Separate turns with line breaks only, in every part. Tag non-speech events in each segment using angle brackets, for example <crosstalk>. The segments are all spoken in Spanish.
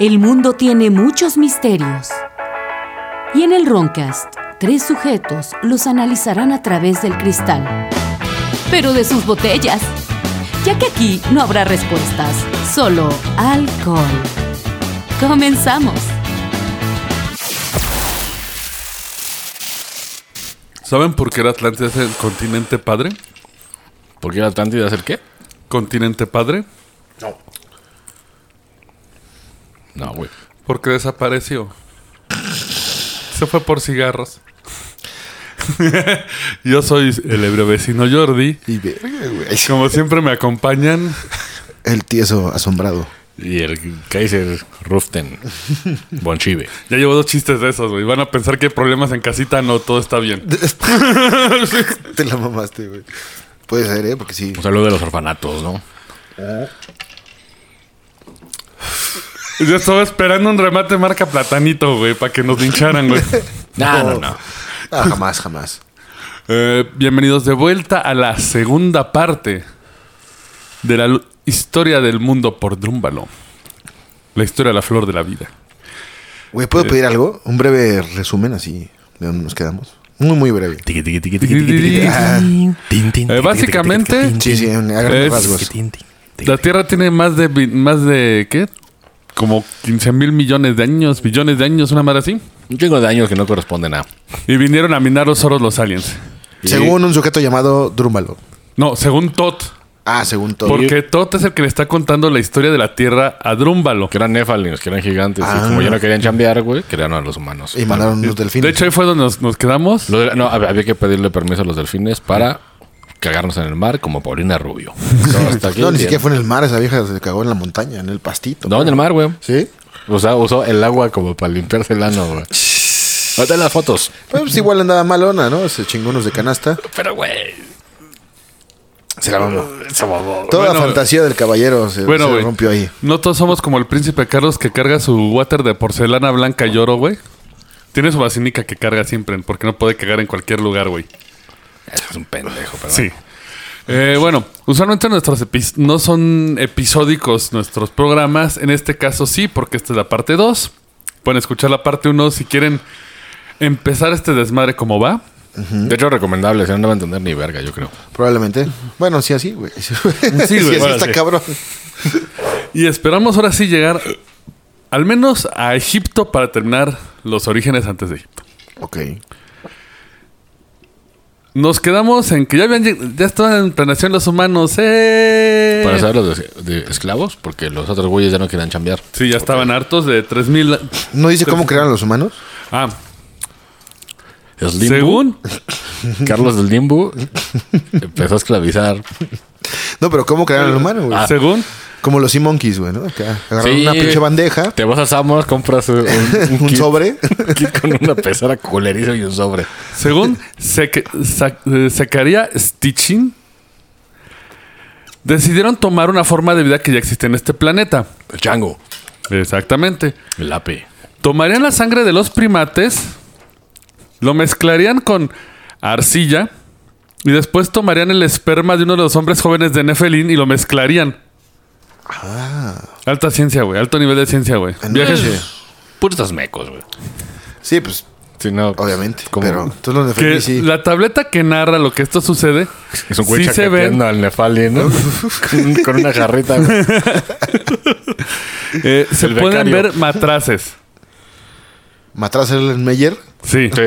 El mundo tiene muchos misterios. Y en el Roncast, tres sujetos los analizarán a través del cristal. Pero de sus botellas. Ya que aquí no habrá respuestas, solo alcohol. Comenzamos.
¿Saben por qué la Atlántida es el continente padre?
¿Por qué la Atlántida hacer qué?
¿Continente padre?
No, güey.
Porque desapareció. Se fue por cigarros. <laughs> Yo soy el ebrio vecino Jordi.
Y verga, güey.
Como siempre me acompañan.
El tieso asombrado.
Y el Kaiser
<laughs>
Ruften Bonchive.
Ya llevo dos chistes de esos, güey. Van a pensar que hay problemas en casita. No, todo está bien.
Te la mamaste, güey. Puede ser, ¿eh? Porque sí.
Un saludo de los orfanatos, ¿no?
Yo estaba esperando un remate marca platanito, güey, para que nos lincharan, güey.
No, no, no.
Ah, jamás, jamás.
Eh, bienvenidos de vuelta a la segunda parte de la lu- historia del mundo por Drúmbalo. La historia de la flor de la vida.
Güey, ¿puedo pedir algo? Un breve resumen así de dónde nos quedamos. Muy, muy breve.
Tiqui, tiqui, tiqui, tiqui, tiqui, tiqui, tiqui.
Ah,
Tin, tin,
Eh,
tiqui,
básicamente,
tiqui, tiqui,
sí, sí, en a grandes
Es-
rasgos.
tiqui, tin, tin, tiqui.
La Tierra tiene más de, vi- más de ¿qué? Como 15 mil millones de años, billones de años, una madre así.
Un chingo de años que no corresponden a.
Y vinieron a minar los oros los aliens.
Según un sujeto llamado Drúmbalo.
No, según Tot.
Ah, según todo.
Porque Tot es el que le está contando la historia de la Tierra a Drúmbalo.
Que eran nefalinos, que eran gigantes.
Ah.
Y como ya no querían chambear, güey, crearon a los humanos.
Y mandaron unos delfines.
De hecho, ahí fue donde nos, nos quedamos.
Lo de- no, hab- había que pedirle permiso a los delfines para cagarnos en el mar como Paulina
<laughs>
Rubio. No, hasta aquí
no, ni
bien.
siquiera fue en el mar. Esa vieja se cagó en la montaña, en el pastito.
No, en el mar, güey.
¿Sí?
O sea, usó el agua como para limpiarse el ano, güey. Ahorita las fotos.
Pues igual andaba malona, ¿no? Ese chingonos de canasta.
Pero, güey.
Se la mamó. Toda
Bueno,
la fantasía del caballero se,
Bueno,
se
güey.
rompió ahí.
No todos somos como el príncipe Carlos que carga su water de porcelana blanca y oro, güey. Tiene su vacinica que carga siempre, porque no puede cagar en cualquier lugar, güey.
Es un pendejo,
Ah.
pero.
Sí. Eh, bueno, usualmente nuestros epi- no son episódicos nuestros programas. En este caso sí, porque esta es la parte 2. Pueden escuchar la parte 1 si quieren empezar este desmadre como va.
De hecho, recomendable. Si no, no va a entender ni verga, yo creo.
Probablemente. Bueno, sí, así, güey. <laughs> Sí, sí,
güey, bueno,
está
sí.
cabrón.
Y esperamos ahora sí llegar al menos a Egipto para terminar los orígenes antes de Egipto.
Ok.
Nos quedamos en que ya, habían lleg- ya estaban en planeación los humanos. ¡eh!
Para saber los de, de esclavos, porque los otros güeyes ya no querían chambear.
Sí, ya estaban hartos de 3000.
¿No dice cómo crearon los humanos?
Ah,
Slimbu,
según
Carlos del
<laughs>
Limbu empezó a esclavizar.
No, pero ¿cómo crearon los humanos, güey?
Ah. según
Como los Sea Monkeys, güey, ¿no? Que agarraron
Sí.
una pinche bandeja,
Te vas a Samos, compras un, un
<laughs> un
kit-
sobre.
un kit con una pesada culeriza y un sobre.
Según Sec- Sac- eh, Zacarías Stitching, decidieron tomar una forma de vida que ya existe en este planeta.
El chango.
Exactamente.
El ape.
Tomarían la sangre de los primates, lo mezclarían con arcilla y después tomarían el esperma de uno de los hombres jóvenes de Nefelín y lo mezclarían. Alta ciencia, güey. Alto nivel de ciencia, güey.
Ah, no, sí.
Viajes.
Puros tasmecos, Pues, güey.
Sí, pues,
Si no,
obviamente.
como-
Pero entonces los
Que
defendí, Pues, sí.
la tableta que narra lo que esto sucede,
Es un güey
sí se ven.
chaqueteando al Nefali,
<laughs>
¿no? con, con una jarrita. pues, güey. <laughs>
eh, se
El
pueden
becario.
ver matraces.
Matras el Meyer.
Sí.
Sí.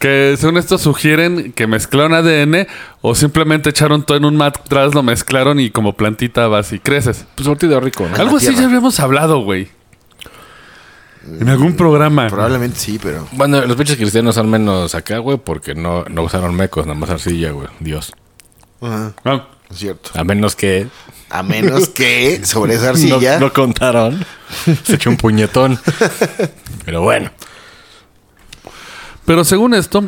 Que según esto sugieren que mezclaron ADN o simplemente echaron todo en un matraz, lo mezclaron y como plantita vas y creces.
Pues sortido rico, ¿no?
Algo así
tierra.
ya habíamos hablado, güey. En algún programa.
Probablemente sí, pero.
Bueno, los pinches cristianos son menos acá, güey, porque no, no usaron mecos, nada más arcilla, güey. Dios.
Ajá,
Ah,
es cierto.
A menos que
A menos que sobre esa
no,
arcilla.
no contaron. Se echó un puñetón. Pero bueno.
Pero según esto,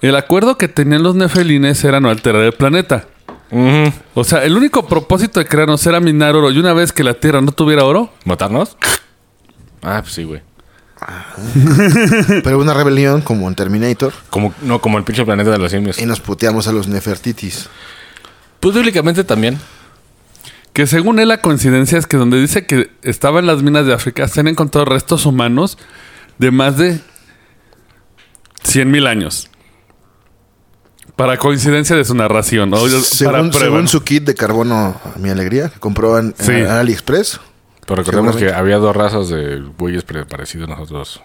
el acuerdo que tenían los nefelines era no alterar el planeta. O sea, el único propósito de crearnos era minar oro. Y una vez que la Tierra no tuviera oro,
¿Matarnos? Ah, pues sí, güey.
Pero una rebelión como en Terminator.
Como, no, como el pinche planeta de los simios.
Y nos puteamos a los Nefertitis.
Pues bíblicamente también.
Que según él la coincidencia es que donde dice que estaba en las minas de África se han encontrado restos humanos de más de 100.000 años. Para coincidencia de su narración. ¿no? para
Según,
prueba,
según
¿no?
su kit de carbono, a mi alegría, que compró en, en
Sí.
AliExpress.
Pero recordemos que
Seguramente.
había dos razas de bueyes pre- parecidos a nosotros.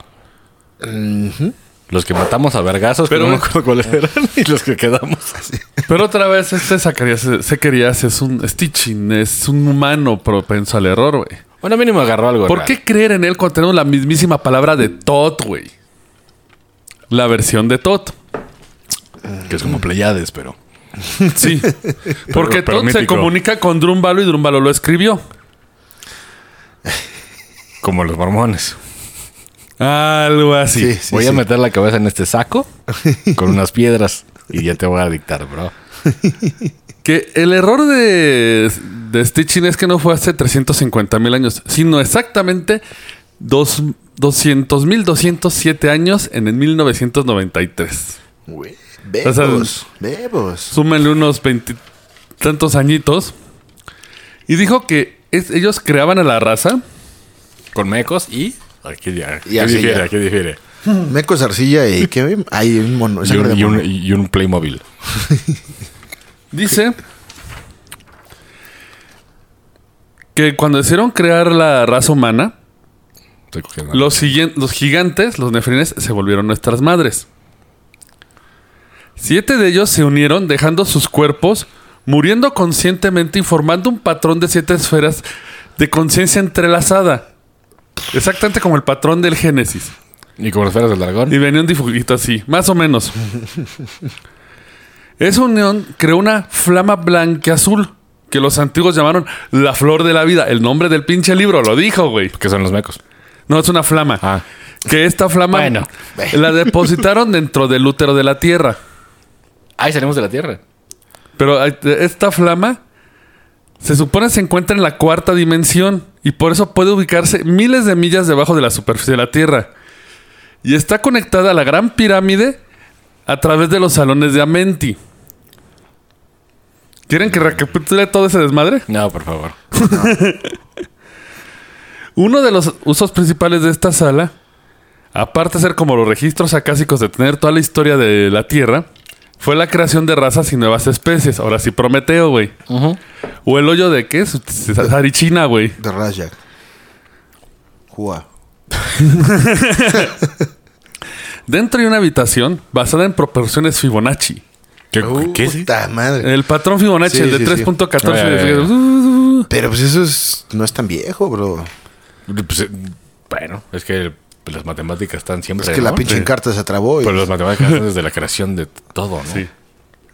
Los que matamos a vergazos, pero
Pero-
no me acuerdo cuáles
<laughs>
eran, y los que quedamos así.
Pero otra vez, este Zacarías, Zacarías es un Stitching, es un humano propenso al error, güey.
Bueno, mínimo agarró algo.
¿Por
real.
qué creer en él cuando tenemos la mismísima palabra de Tot, güey? La versión de Tot.
Que es como Pleiades, pero.
Sí. Porque
Pero- pero
Tot se
mítico.
comunica con Drumbalo y Drumbalo lo escribió.
Como los mormones.
Algo así.
Sí,
voy a
sí.
meter la cabeza en este
<laughs>
saco con unas piedras y ya te voy a dictar, bro.
Que el error de, de Stitching es que no fue hace 350 mil años, sino exactamente dos- 200 mil 207 años en el 1993.
Güey,
O sea,
Bebos, bebos.
súmenle unos veintitantos añitos. Y dijo que es- ellos creaban a la raza.
Con mecos y. Aquí, ya- aquí
Y así
difiere,
ya.
aquí difiere.
<laughs> Mecos, arcilla y ¿qué? Hay un mono.
Y
Pues
un,
sangre de
y un-
mono.
y un Playmobil.
Dice que cuando hicieron crear la raza humana,
Estoy cogiendo.
los, siguien- los gigantes, los nefrines, se volvieron nuestras madres. Siete de ellos se unieron dejando sus cuerpos, muriendo conscientemente y formando un patrón de siete esferas de conciencia entrelazada. Exactamente como el patrón del Génesis.
Y como las esferas del dragón.
Y venía un difugito así, más o menos. Esa unión creó una flama blanca azul que los antiguos llamaron la flor de la vida. El nombre del pinche libro lo dijo, güey.
Que son los mecos.
No, es una flama.
Ah.
Que esta flama
Bueno.
la depositaron dentro del útero de la tierra.
Ahí salimos de la tierra.
Pero eh, esta flama se supone se encuentra en la cuarta dimensión y por eso puede ubicarse miles de millas debajo de la superficie de la Tierra. Y está conectada a la Gran Pirámide a través de los salones de Amenti. ¿Quieren que recapitule todo ese desmadre?
No, por favor.
Uno de los usos principales de esta sala, aparte de ser como los registros acásicos de tener toda la historia de la Tierra, fue la creación de razas y nuevas especies. Ahora sí, Prometeo, güey. O el hoyo de qué? Su- su- Sarichina, güey.
De Rajak. Jua.
Dentro de una habitación basada en proporciones Fibonacci.
¿Qué, qué es?
Puta madre.
El patrón Fibonacci,
Sí,
el de
sí, sí.
3.14.
Ah, ya, ya, ya.
Uh,
Pero pues eso es, no es tan viejo, bro.
Pues, eh, bueno, es que las matemáticas están siempre.
Es que la
¿no?
pinche
Sí.
encarta se atrabó. y-
Pero las matemáticas están desde la creación de todo, ¿no?
sí.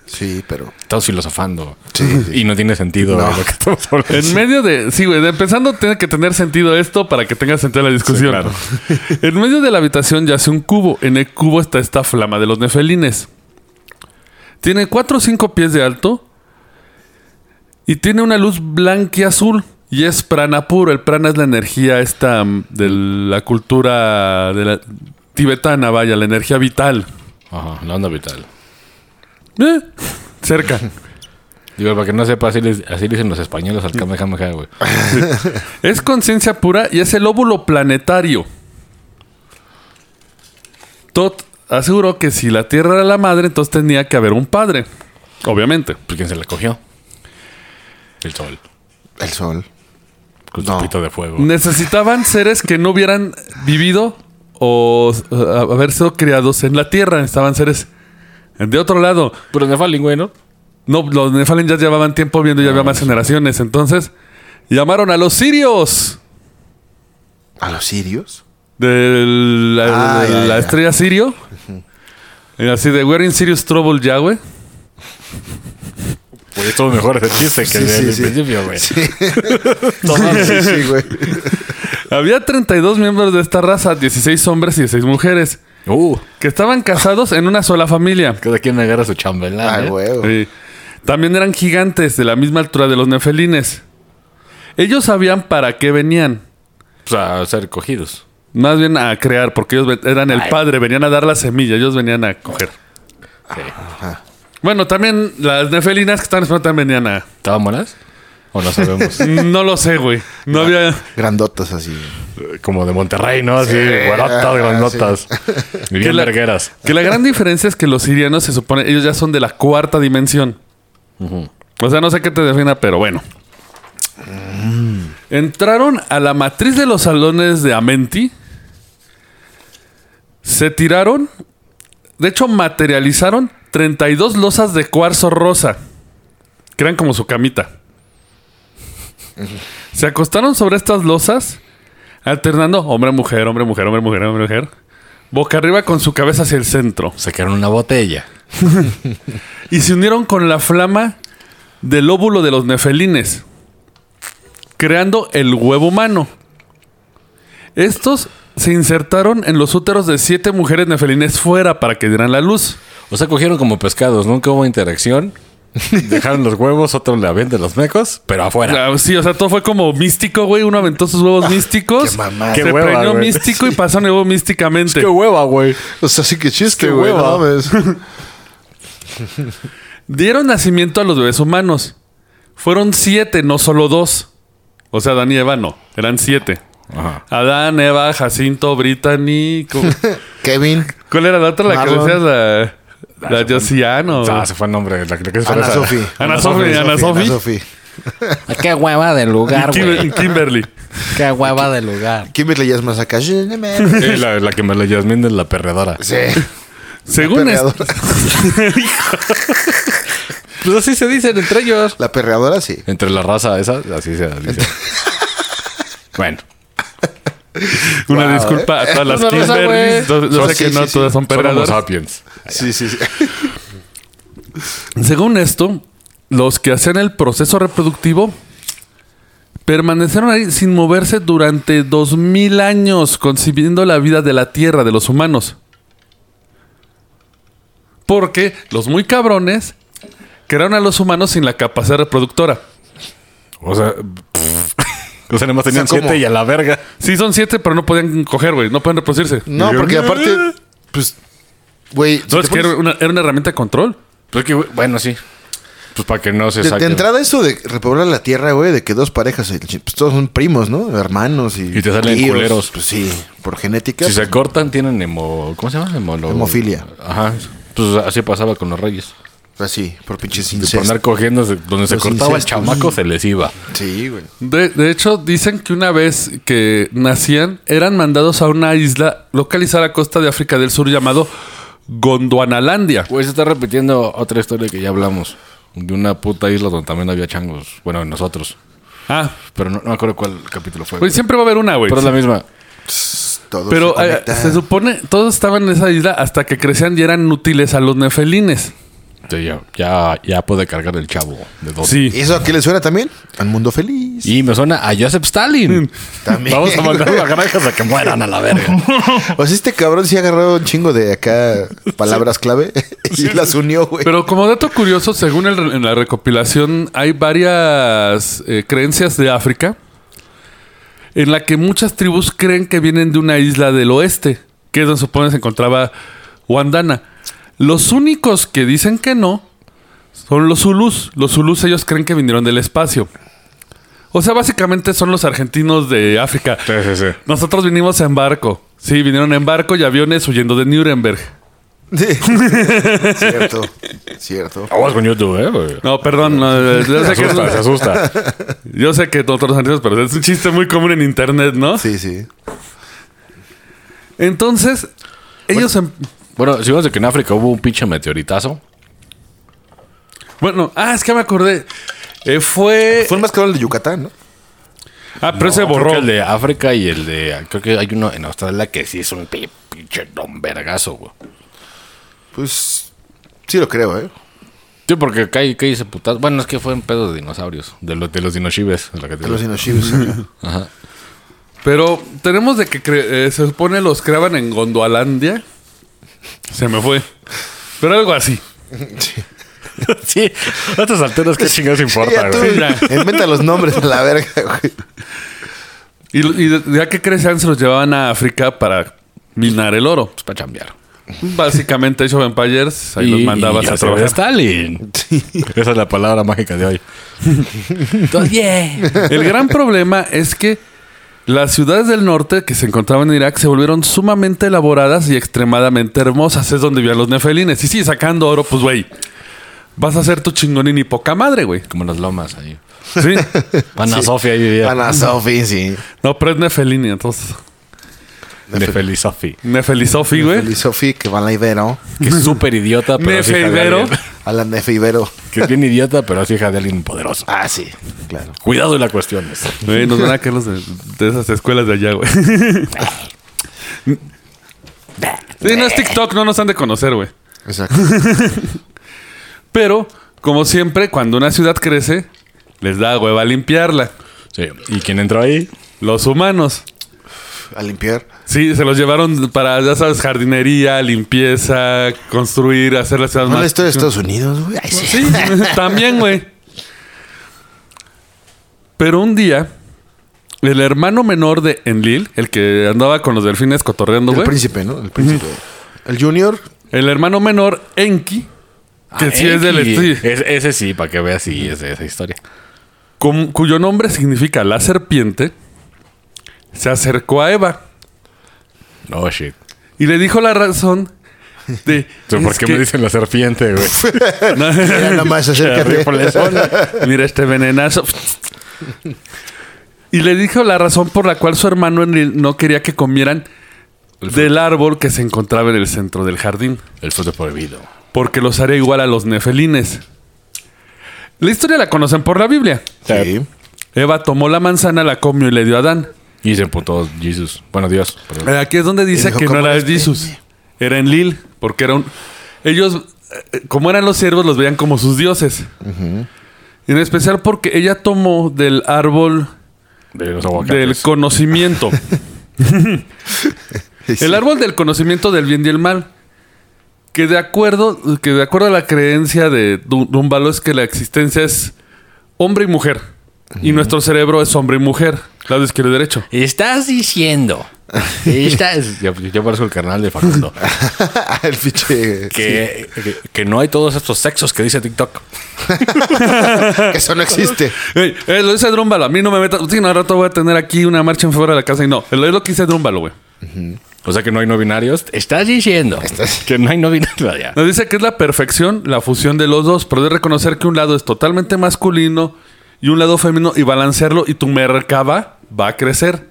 Sí, pero.
Estamos filosofando.
Sí, sí.
Y no tiene sentido
No.
lo que estamos hablando.
En medio de. Sí, güey. de- Empezando, tiene que tener sentido esto para que tenga sentido la discusión. <laughs> en medio de la habitación yace un cubo. En el cubo está esta flama de los nefelines. Tiene 4 o 5 pies de alto. Y tiene una luz blanca y azul. Y es prana puro. El prana es la energía esta mm, de la cultura de la- tibetana, vaya, la energía vital.
Ajá, la onda vital.
Eh, Cerca.
Digo, para que no sepa, así, les- así dicen los españoles al Kamehameha, güey.
Es conciencia pura y es el óvulo planetario. Tot aseguró que si la Tierra era la madre, entonces tenía que haber un padre. Obviamente.
Pues quién se la cogió. El sol.
El sol.
Con
No.
su pito de fuego.
Necesitaban seres que no hubieran vivido o eh, haber sido criados en la Tierra. Necesitaban seres de otro lado.
Pero de Falling, güey, ¿no?
No, los Nefalen ya llevaban tiempo viendo, ya había más generaciones. Entonces, llamaron a los sirios
¿A
<laughs>
los sirios?
de la,
Ah, ya,
la
ya.
estrella Sirio. Y Así de We're in Sirius Trouble ya, güey.
Pues estuvo mejor ese chiste que el
Sí, sí,
del
sí.
principio, güey.
Sí. sí, sí, <laughs> güey.
Había 32 miembros de esta raza, 16 hombres y 16 mujeres,
Uh,
que estaban casados en una sola familia.
cada quien agarra su chambelán.
Ah,
¿eh?
huevo.
Sí. También eran gigantes de la misma altura de los nefelines. Ellos sabían para qué venían.
Pues a ser cogidos.
Más bien a crear, porque ellos ve- eran el
Ay.
padre, venían a dar la semilla, ellos venían a coger.
Sí.
Ajá.
Bueno, también las nefelinas que están esperando también venían a...
¿Estaban buenas? O no
<laughs>
sabemos.
No lo sé, güey. No había.
Grandotas así.
Como de Monterrey, ¿no? Así,
Ah,
guarotas, grandotas. Y bien
la-
vergueras.
Que la gran diferencia es que los sirianos se supone, ellos ya son de la cuarta dimensión. O sea, no sé qué te defina, pero bueno. Entraron a la matriz de los salones de Amenti. Se tiraron. De hecho, materializaron 32 losas de cuarzo rosa. Que eran como su camita. Se acostaron sobre estas losas, alternando hombre-mujer, hombre-mujer, hombre-mujer, hombre-mujer. Boca arriba con su cabeza hacia el centro.
Sacaron una botella.
Y se unieron con la flama del óvulo de los nefelines, creando el huevo humano. Estos se insertaron en los úteros de siete mujeres nefelines fuera para que dieran la luz.
O sea, cogieron como pescados. Nunca hubo
<laughs>
interacción. Dejaron los huevos, otros le avientan los mecos, pero afuera.
La- sí, o sea, todo fue como místico, güey. Uno aventó sus
<laughs>
huevos místicos.
qué mamada.
se
Ah, Qué hueva,
preñó
güey.
místico y pasó nuevo místicamente.
¡Qué hueva, güey!
O sea, sí que chiste,
Qué
güey.
hueva.
No mames.
<laughs>
Dieron nacimiento a los bebés humanos. Fueron siete, no solo dos. O sea, Adán y Eva no. Eran siete.
Ajá.
Adán, Eva, Jacinto, Brittany. ¿cómo-
Kevin.
¿Cuál era la otra? La que
Marlon.
decías la. La Josian o-
Ah, se fue el nombre. La, la que
Ana Sofi.
Ana Sofi, Ana Sofi.
Sofi.
Qué hueva de
<laughs>
lugar,
Kim-
güey.
Kimberly.
Qué hueva de lugar.
Kimberly ya es más acá. Sí. <laughs>
Sí, la, la que me la Yasmín es la perredora.
Según es-
Perreadora.
Pues así se dicen entre ellos.
La perreadora, sí.
Entre la raza esa, así se dice. bueno.
una
Wow, ¿eh?
disculpa a todas las
Pues no,
Kimberlys. Yo, yo
No,
sé
sí,
que
sí,
no
sí.
todas son
Son homo
perreadoras.
sapiens.
Sí,
<laughs>
sí, sí.
Según esto, los que hacían el proceso reproductivo permanecieron ahí sin moverse durante 2000 años, concibiendo la vida de la tierra, de los humanos. Porque los muy cabrones crearon a los humanos sin la capacidad reproductora.
O sea, pff. <laughs> o sea, nada más tenían
O sea, ¿cómo?
siete y a la verga.
Sí, son siete, pero no podían coger, güey. No pueden reproducirse.
No, porque aparte, pues, güey. si
¿Sabes
te
que era
pones-
una, era una herramienta de control?
Pues que, bueno, sí. Pues para que no se
de, de
saquen.
entrada eso de repoblar la tierra, güey, de que dos parejas, eh, pues todos son primos, ¿no? Hermanos y...
Y te salen culeros.
Pues sí, por genética.
Si se cortan, tienen hemo... ¿Cómo se llama? Hemolo-
Hemofilia.
Ajá. Pues así pasaba con los reyes.
Pues sí, por pinches
De por
incestos.
andar cogiendo, se- donde se
Los
cortaba el
incestos.
chamaco, se les iba.
Sí, güey.
De, de hecho, dicen que una vez que nacían, eran mandados a una isla localizada a la costa de África del Sur llamado Gondwanalandia.
Güey, se está repitiendo otra historia que ya hablamos. De una puta isla donde también había changos. Bueno, nosotros.
Ah,
Pero no, no me acuerdo cuál capítulo fue.
pues siempre va a haber una, güey.
pero es la misma.
Todo
Pero
se
eh,
conecta.
se supone, todos estaban en esa isla hasta que crecían y eran útiles a los nefelines.
Sí, ya, ya, ya puede cargar el chavo de dos.
¿Y ¿Eso a qué le suena también? Al mundo feliz.
Y me suena a Joseph Stalin.
También.
Vamos a mandar las granjas a que mueran a la verga.
O sea, este cabrón sí agarró un chingo
<laughs>
de acá palabras clave <laughs> y las unió, güey.
Pero como dato curioso, según el- en la recopilación, hay varias eh, creencias de África en la que muchas tribus creen que vienen de una isla del oeste, que es donde supone se encontraba Wandana. Los únicos que dicen que no son los Zulus. Los Zulus ellos creen que vinieron del espacio. O sea, básicamente son los argentinos de África.
Sí, sí, sí.
Nosotros vinimos en barco. Sí, vinieron en barco y aviones huyendo de Nuremberg.
<laughs> cierto, cierto.
Aguas con YouTube, eh, güey.
No, perdón. no, yo
Se
sé que es-
asusta, se asusta.
Yo sé que todos los artistas, pero es un chiste muy común en internet, ¿no?
Sí, sí.
Entonces, ellos. em-
Bueno, si vamos de que en África hubo un pinche meteoritazo.
Bueno, ah, es que me acordé. Eh, fue.
Fue el más caro el de Yucatán, ¿no?
Ah, pero ese
No, creo
borró.
que El de África y el de. Creo que hay uno en Australia que sí es un pi- pinche don vergazo, güey.
Pues sí lo creo, ¿eh?
Sí, porque acá hay que dice putazo. Bueno, es que fue en pedo de dinosaurios. De, los de los dinoshibes. de la que te-
De los Inoshibus.
Pero tenemos de que cre- eh, se supone los creaban en Gondwalandia. Se me fue. Pero algo así.
<laughs> sí, a estas alturas, ¿qué chingados importa,
Ya tú,
güey?
ya.
inventa los nombres a la verga, güey.
Y, lo- y de- ya que crecían, se los llevaban a África para minar el oro.
Pues para chambear.
Básicamente Age of Empires, ahí los mandabas a
hacer de
trabajar.
Stalin. <laughs> Esa es la palabra mágica de hoy. Entonces, yeah.
<laughs> El gran problema es que las ciudades del norte que se encontraban en Irak se volvieron sumamente elaboradas y extremadamente hermosas. Es donde vivían los nefelines. Y sí, sacando oro, pues güey, vas a hacer tu chingonín y poca madre, güey.
Como las lomas ahí.
Sí.
Ana Sofía ahí vivía.
Ana Sofi, sí.
No, pero es nefelini, entonces.
De Feliz Sofía.
Nefelisofi, güey.
Feliz Sofi, que va a la Ibero.
Que
<laughs>
es súper idiota, pero es hija de
Nefelibero.
alguien.
A la Nefe Ibero.
Que es bien idiota, pero es hija de alguien poderoso.
Ah, sí, claro.
Cuidado de la cuestión. es.
Güey, nos van a caer los de, de esas escuelas de allá, güey. Sí, no es TikTok, no nos han de conocer, güey.
Exacto.
Pero, como siempre, cuando una ciudad crece, les da hueva limpiarla.
Sí. ¿Y quién entró ahí?
Los humanos.
A <laughs> limpiar.
Sí, se los llevaron para, ya sabes, jardinería, limpieza, construir, hacer las ciudades
No
más...
la historia de Estados Unidos, güey. Ay, sí.
Sí, <laughs> también, güey. Pero un día, el hermano menor de Enlil, el que andaba con los delfines cotorreando,
El
güey.
príncipe, ¿no? El príncipe. El Junior.
El hermano menor, Enki, que sí es del...
Ah, Enki.
sí,
Es- ese sí, para que veas si es de esa historia.
cum- cuyo nombre significa la serpiente, se acercó a Eva
No shit.
y le dijo la razón
<laughs>
de...
Entonces, ¿Por
"Es
qué
que-
me dicen la serpiente, güey?
<laughs>
Mira nada más,
<laughs>
acércate.
Mira este venenazo. Y le dijo la razón por la cual su hermano Enlil no quería que comieran del árbol que se encontraba en el centro del jardín,
El fruto prohibido.
porque los haría igual a los nefelines. La historia la conocen por la Biblia.
Sí.
Eva tomó la manzana, la comió y le dio a Adán.
Y se emputó Jesús. Bueno, Dios. perdón.
Eh, Aquí es donde dice
dijo,
que no
"¿Cómo este?".
era
eres
Jesús, era Enlil, porque era un... Ellos, eh, como eran los siervos, los veían como sus dioses. En especial porque ella tomó del árbol
De los
del
aguacates.
conocimiento.
<laughs>
El árbol del conocimiento del bien y el mal. Que de acuerdo, que de acuerdo a la creencia de Du- Dumbalo es que la existencia es hombre y mujer. Y nuestro cerebro es hombre y mujer. Lado izquierdo y derecho.
Estás diciendo. Estás... <laughs> yo, yo parezco el carnal de Facundo.
el fiche.
Que, que, que no hay todos estos sexos que dice TikTok.
Que eso no existe.
Ey, eh, lo dice Drúmbalo. A mí no me metas. Sí, no, al rato voy a tener aquí una marcha en favor de la casa. Y no, lo, es lo que dice Drúmbalo, güey.
O sea que no hay no binarios. Estás diciendo que no hay no binarios. Ya.
Nos dice que es la perfección, la fusión de los dos. Pero de reconocer que un lado es totalmente masculino y un lado femenino y balancearlo y tu mercaba va a crecer.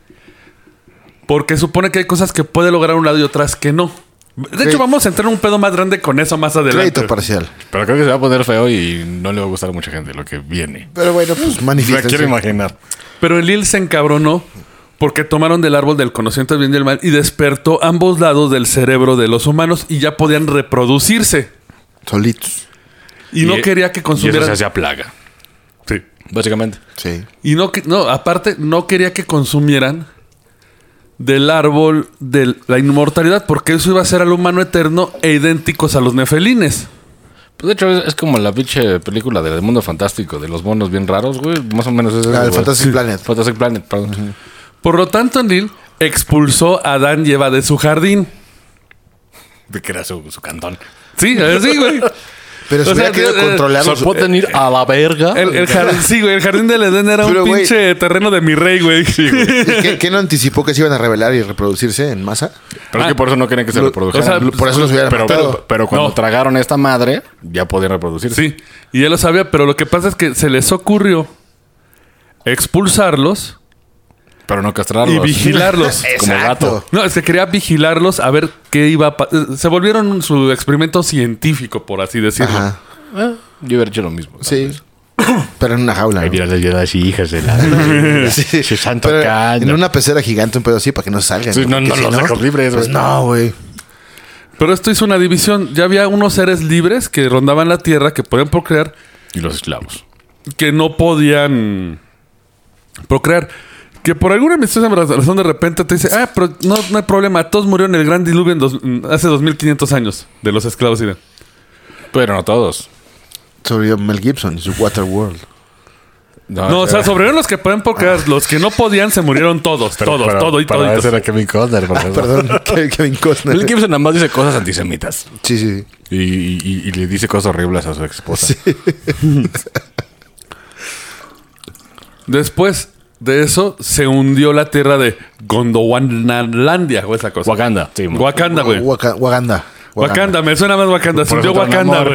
Porque supone que hay cosas que puede lograr un lado y otras que no. De hecho,
Güey.
vamos a entrar en un pedo más grande con eso más adelante.
Crédito parcial.
Pero creo que se va a poner feo y no le va a gustar a mucha gente lo que viene.
Pero bueno, pues
Me quiero
manifiesta.
imaginar.
Pero el Lil se encabronó porque tomaron del árbol del conocimiento del bien y el mal y despertó ambos lados del cerebro de los humanos y ya podían reproducirse.
Solitos.
Y, no
eh,
quería que
Y eso se
consumieran.
hacía plaga.
Sí.
Básicamente.
Sí.
Y no, que- no, aparte, no quería que consumieran del árbol de la inmortalidad, porque eso iba a ser al humano eterno e idénticos a los nefelines.
Pues de hecho es, es como la pinche película del mundo fantástico, de los monos bien raros, güey. Más o menos es eso,
Ah, el
güey.
Fantastic Planet.
<laughs> Fantastic Planet, perdón.
Por lo tanto, Enlil expulsó a Adán y Eva de su jardín.
De que era su, su cantón.
Sí, sí, güey.
Pero si
O sea,
hubiera querido
eh,
controlarlo.
Se pueden
eh,
ir a la verga.
El, el jardín, sí, güey. El jardín del Edén era
Pero,
un
güey.
pinche terreno de mi rey, güey.
eh, ¿Qué, qué no anticipó que se iban a revelar y reproducirse en masa?
Pero es que por eso no querían que se
Lo-
reprodujeran.
o sea,
Por eso los hubieran
pero,
matado.
pero, pero cuando
No.
tragaron esta madre, ya podían <laughs> reproducirse.
Sí, y él lo sabía, pero lo que pasa es que se les ocurrió expulsarlos
Pero no castrarlos.
y vigilarlos.
<laughs> como gato.
No, es que quería vigilarlos a ver qué iba a pasar. Se volvieron su experimento científico, por así decirlo.
Ajá.
Eh, yo hubiera hecho lo mismo. tal
Sí.
vez.
Pero en una jaula. ¿no?
Ay, mira las viudas y hijas de
<laughs>
la.
Sí.
Su santo
Pero
caño.
En una pecera gigante, un pedo así, para que no salgan.
Sí, no,
porque
no
si
los dejas libres,
Pues
güey.
no, güey.
Pero esto hizo una división. Ya había unos seres libres que rondaban la Tierra, que podían procrear,
Y los esclavos.
que no podían procrear. Que por alguna misteriosa razón de repente te dice, ah, pero no, no hay problema, todos murieron en el gran diluvio en dos- hace 2500 años de los esclavos. y de-
Pero no todos.
Sobre Mel Gibson y su Waterworld.
No, eh,
No, o sea, sobrevivieron los que pueden porque los que no podían se murieron todos, todos, todo y
Ah. para
todo.
Eso era Kevin Costner. por favor.
Ah, Perdón, <laughs> Kevin Kevin
Bill
Costner.
Gibson nada más dice cosas antisemitas.
Sí, sí. sí.
Y, y- y le dice cosas horribles a su esposa.
Después de eso se hundió la tierra de Gondwanalandia o esa cosa.
Wakanda. Sí, mo.
Wakanda, Ah, güey.
Waka- Waganda.
Wakanda, me suena más Wakanda. Se
Por
hundió
eso te
Wakanda,
enamoro.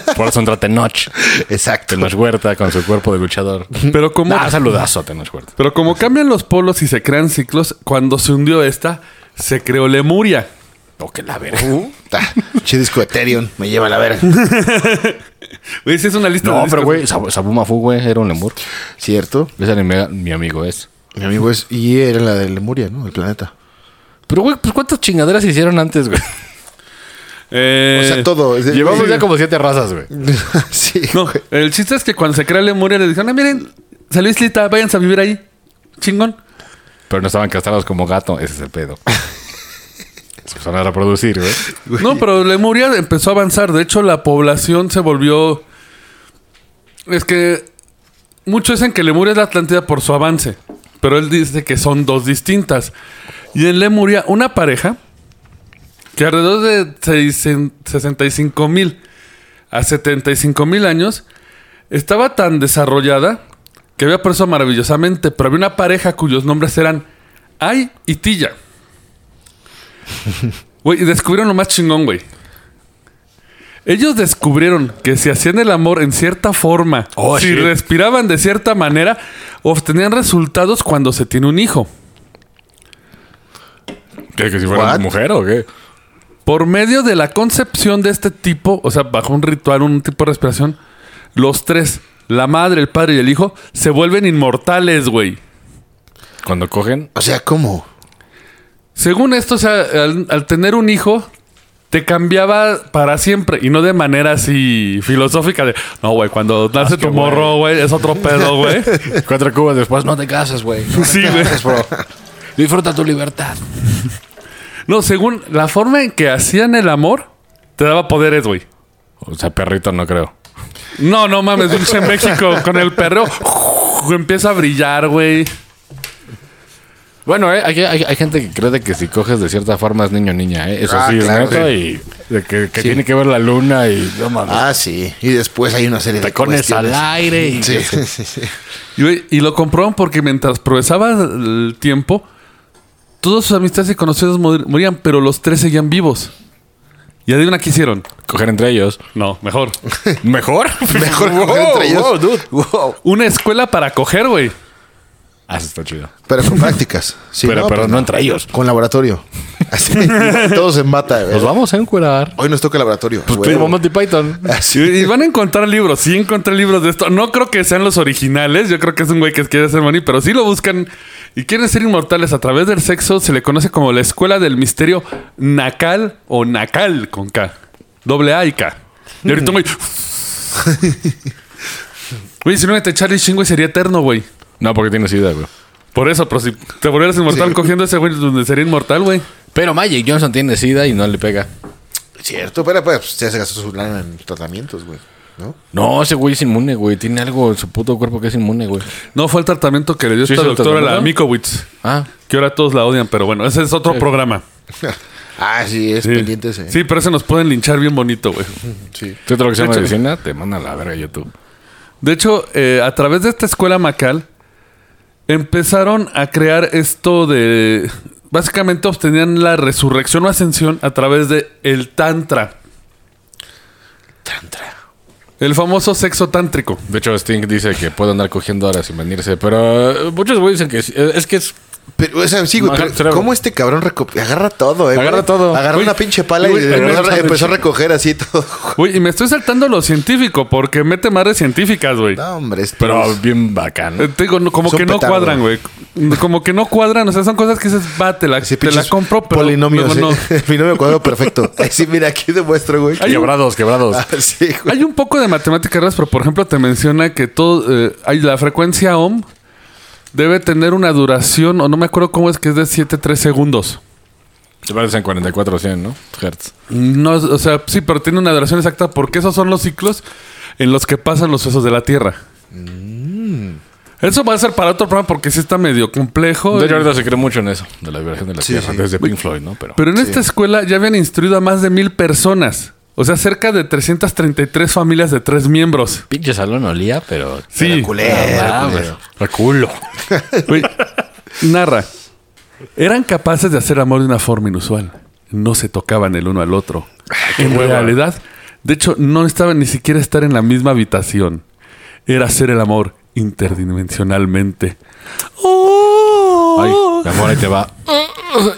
güey.
Por eso entró Tenoch.
Exacto.
Tenoch Huerta con su cuerpo de luchador.
Pero como,
Ah, saludazo a Tenoch Huerta.
pero como cambian los polos y se crean ciclos, cuando se hundió esta, se creó Lemuria.
Oh, que la verga.
Ta, Che disco Ethereum. Me lleva a la verga.
Güey, sí es una lista
No,
de
pero
discos.
güey, Sab Sabu Mafu, güey, era un lemur.
¿Cierto?
Ese anime, mi amigo es.
Mi amigo es... Y era la de Lemuria, ¿no? El planeta.
Pero, güey, pues cuántas chingaderas hicieron antes, güey.
Eh,
O sea, todo.
Llevamos
Sí. <laughs>
ya como siete razas, güey.
sí.
No,
güey.
el chiste es que cuando se crea Lemuria le dijeron, ah, miren, salió islita, váyanse a vivir ahí. Chingón.
Pero no estaban castrados como gato. Ese es el <laughs> pedo. Se empezaron a reproducir, güey.
No, pero Lemuria empezó a avanzar. De hecho, la población se volvió. Es que muchos dicen que Lemuria es la Atlántida por su avance, pero él dice que son dos distintas. Y en Lemuria, una pareja que alrededor de seis- 65 mil a 75 mil años estaba tan desarrollada que había preso maravillosamente, pero había una pareja cuyos nombres eran Ay y
<laughs>
Tilla. Güey, y descubrieron lo más chingón, güey. Ellos descubrieron que si hacían el amor en cierta forma,
Oh,
si
shit.
respiraban de cierta manera, obtenían resultados cuando se tiene un hijo.
¿Qué? ¿Que si fuera
What?
mujer o qué?
Por medio de la concepción de este tipo, o sea, bajo un ritual, un tipo de respiración, los tres, la madre, el padre y el hijo, se vuelven inmortales, güey.
Cuando cogen.
O sea, ¿cómo?
Según esto, o sea, al, al tener un hijo, te cambiaba para siempre y no de manera así filosófica de, no, güey, cuando nace tu morro, güey, es otro pedo,
<laughs>
güey.
Cuatro cubas después, no te casas, güey.
sí, güey.
Disfruta tu libertad.
No, según la forma en que hacían el amor, te daba poderes, güey.
O sea, perrito no creo.
No, no mames, pinche en México con el perro empieza a brillar, güey.
Bueno, eh, hay, hay- hay gente que cree de que si coges de cierta forma es niño o niña, eh. Eso
Ah,
sí, es
claro,
neta,
sí.
Y de que, que tiene que ver la luna y... No mames.
Ah, sí. Y después hay una serie de
tacones al
cuestiones.
aire y...
Sí, sí, sí.
Y, güey, y lo comproban porque mientras progresaba el tiempo, todos sus amistades y conocidos mor- morían, pero los tres seguían vivos. Y adivina qué hicieron.
Coger entre ellos. <laughs>
No, mejor.
¿Mejor?
<laughs> Mejor
Wow,
coger entre ellos.
wow, dude.
Wow.
Una escuela para coger, güey.
<laughs> Ah, eso está chido.
Pero con prácticas. Sí,
pero, pero
pues
no entre ellos.
Con laboratorio. <laughs> Así. Todos en bata, güey.
Nos vamos a encuerar.
Hoy nos toca laboratorio.
Pues
güey.
pero vamos de Python.
Y,
<laughs> Así.
y van a encontrar libros. Sí encontré libros de esto. No creo que sean los originales. Yo creo que es un güey que quiere ser maní, pero sí lo buscan. Y quieren ser inmortales a través del sexo. Se le conoce como la escuela del misterio Nacal o Nacal con K. Doble A y K. Y ahorita, güey... <laughs> Güey, si no me te echara el chingo y sería eterno, güey.
No, porque tienes idea, güey.
Por eso, pero si te volvieras inmortal cogiendo a ese güey, donde sería inmortal, güey.
Pero Magic Johnson tiene sida y no le pega.
Cierto, pero pues ya se gastó su lana en tratamientos, güey. ¿No?
No, ese güey es inmune, güey. Tiene algo en su puto cuerpo que es inmune, güey.
No fue el tratamiento que le dio
¿Sí
esta
hizo el
doctora, la
tratamiento?
Mikowitz.
Ah,
Que ahora todos la odian, pero bueno, ese es otro programa.
Ah, sí, es pendiente ese.
Sí, pero ese nos pueden linchar bien bonito, güey.
sí.
tú todo lo que se llama
hecho-
medicina te manda a la verga YouTube.
De hecho, eh, a través de esta escuela Macal, empezaron a crear esto de... Básicamente obtenían la resurrección o ascensión a través de el tantra.
Tantra.
El famoso sexo tántrico.
De hecho, Sting dice que puede andar cogiendo ahora sin venirse, pero eh, muchos güeyes dicen que sí. Eh, es que es.
Pero, o sea, sí, güey,
No,
pero
agarra el cerebro.
¿cómo este cabrón reco- agarra todo, eh?
Agarra
güey?
todo.
Agarra
Güey,
una pinche pala y
güey,
empezó,
me
a-
sabe
empezó a recoger así todo.
Güey, y me estoy saltando lo científico porque mete madres científicas, güey.
No, hombre, es
Pero bien bacán.
Eh, te digo, no, como
Son
que no
petardos.
cuadran, güey. Como que no cuadran. O sea, son cosas que dices, va, te la,
Ese
te la
pinches
compro, pero
polinomios,
luego
eh. <laughs> El binomio
<laughs>
cuadrado perfecto. Ay, sí, mira, aquí demuestro, güey.
<laughs> Hay un-
Quebrados, quebrados.
Ah, sí,
<laughs>
güey.
Hay un poco de matemáticas raras, pero por ejemplo te menciona que todo, eh, hay la frecuencia ohm debe tener una duración, o no me acuerdo cómo es, que es de 7-3 segundos.
Se parecen 44 100, ¿no? Hertz.
No, o sea, sí, pero tiene una duración exacta porque esos son los ciclos en los que pasan los sucesos de la Tierra.
Mm.
Eso va a ser para otro programa porque sí está medio complejo. eh,
De hecho, ahorita se cree mucho en eso, de la Virgen de la
Sí,
Tierra,
sí.
desde Pink Floyd, ¿no? Pero,
Pero en esta escuela ya habían instruido a más de mil personas. O sea, cerca de 333 familias de tres miembros.
pinche salón olía, pero...
Sí.
Culero,
Ah,
culero.
pues, reculo.
Güey, narra. Eran capaces de hacer amor de una forma inusual. No se tocaban el uno al otro. En realidad, de hecho, no estaban ni siquiera estar en la misma habitación. Era hacer el amor interdimensionalmente.
Ay, mi amor, ahí te va.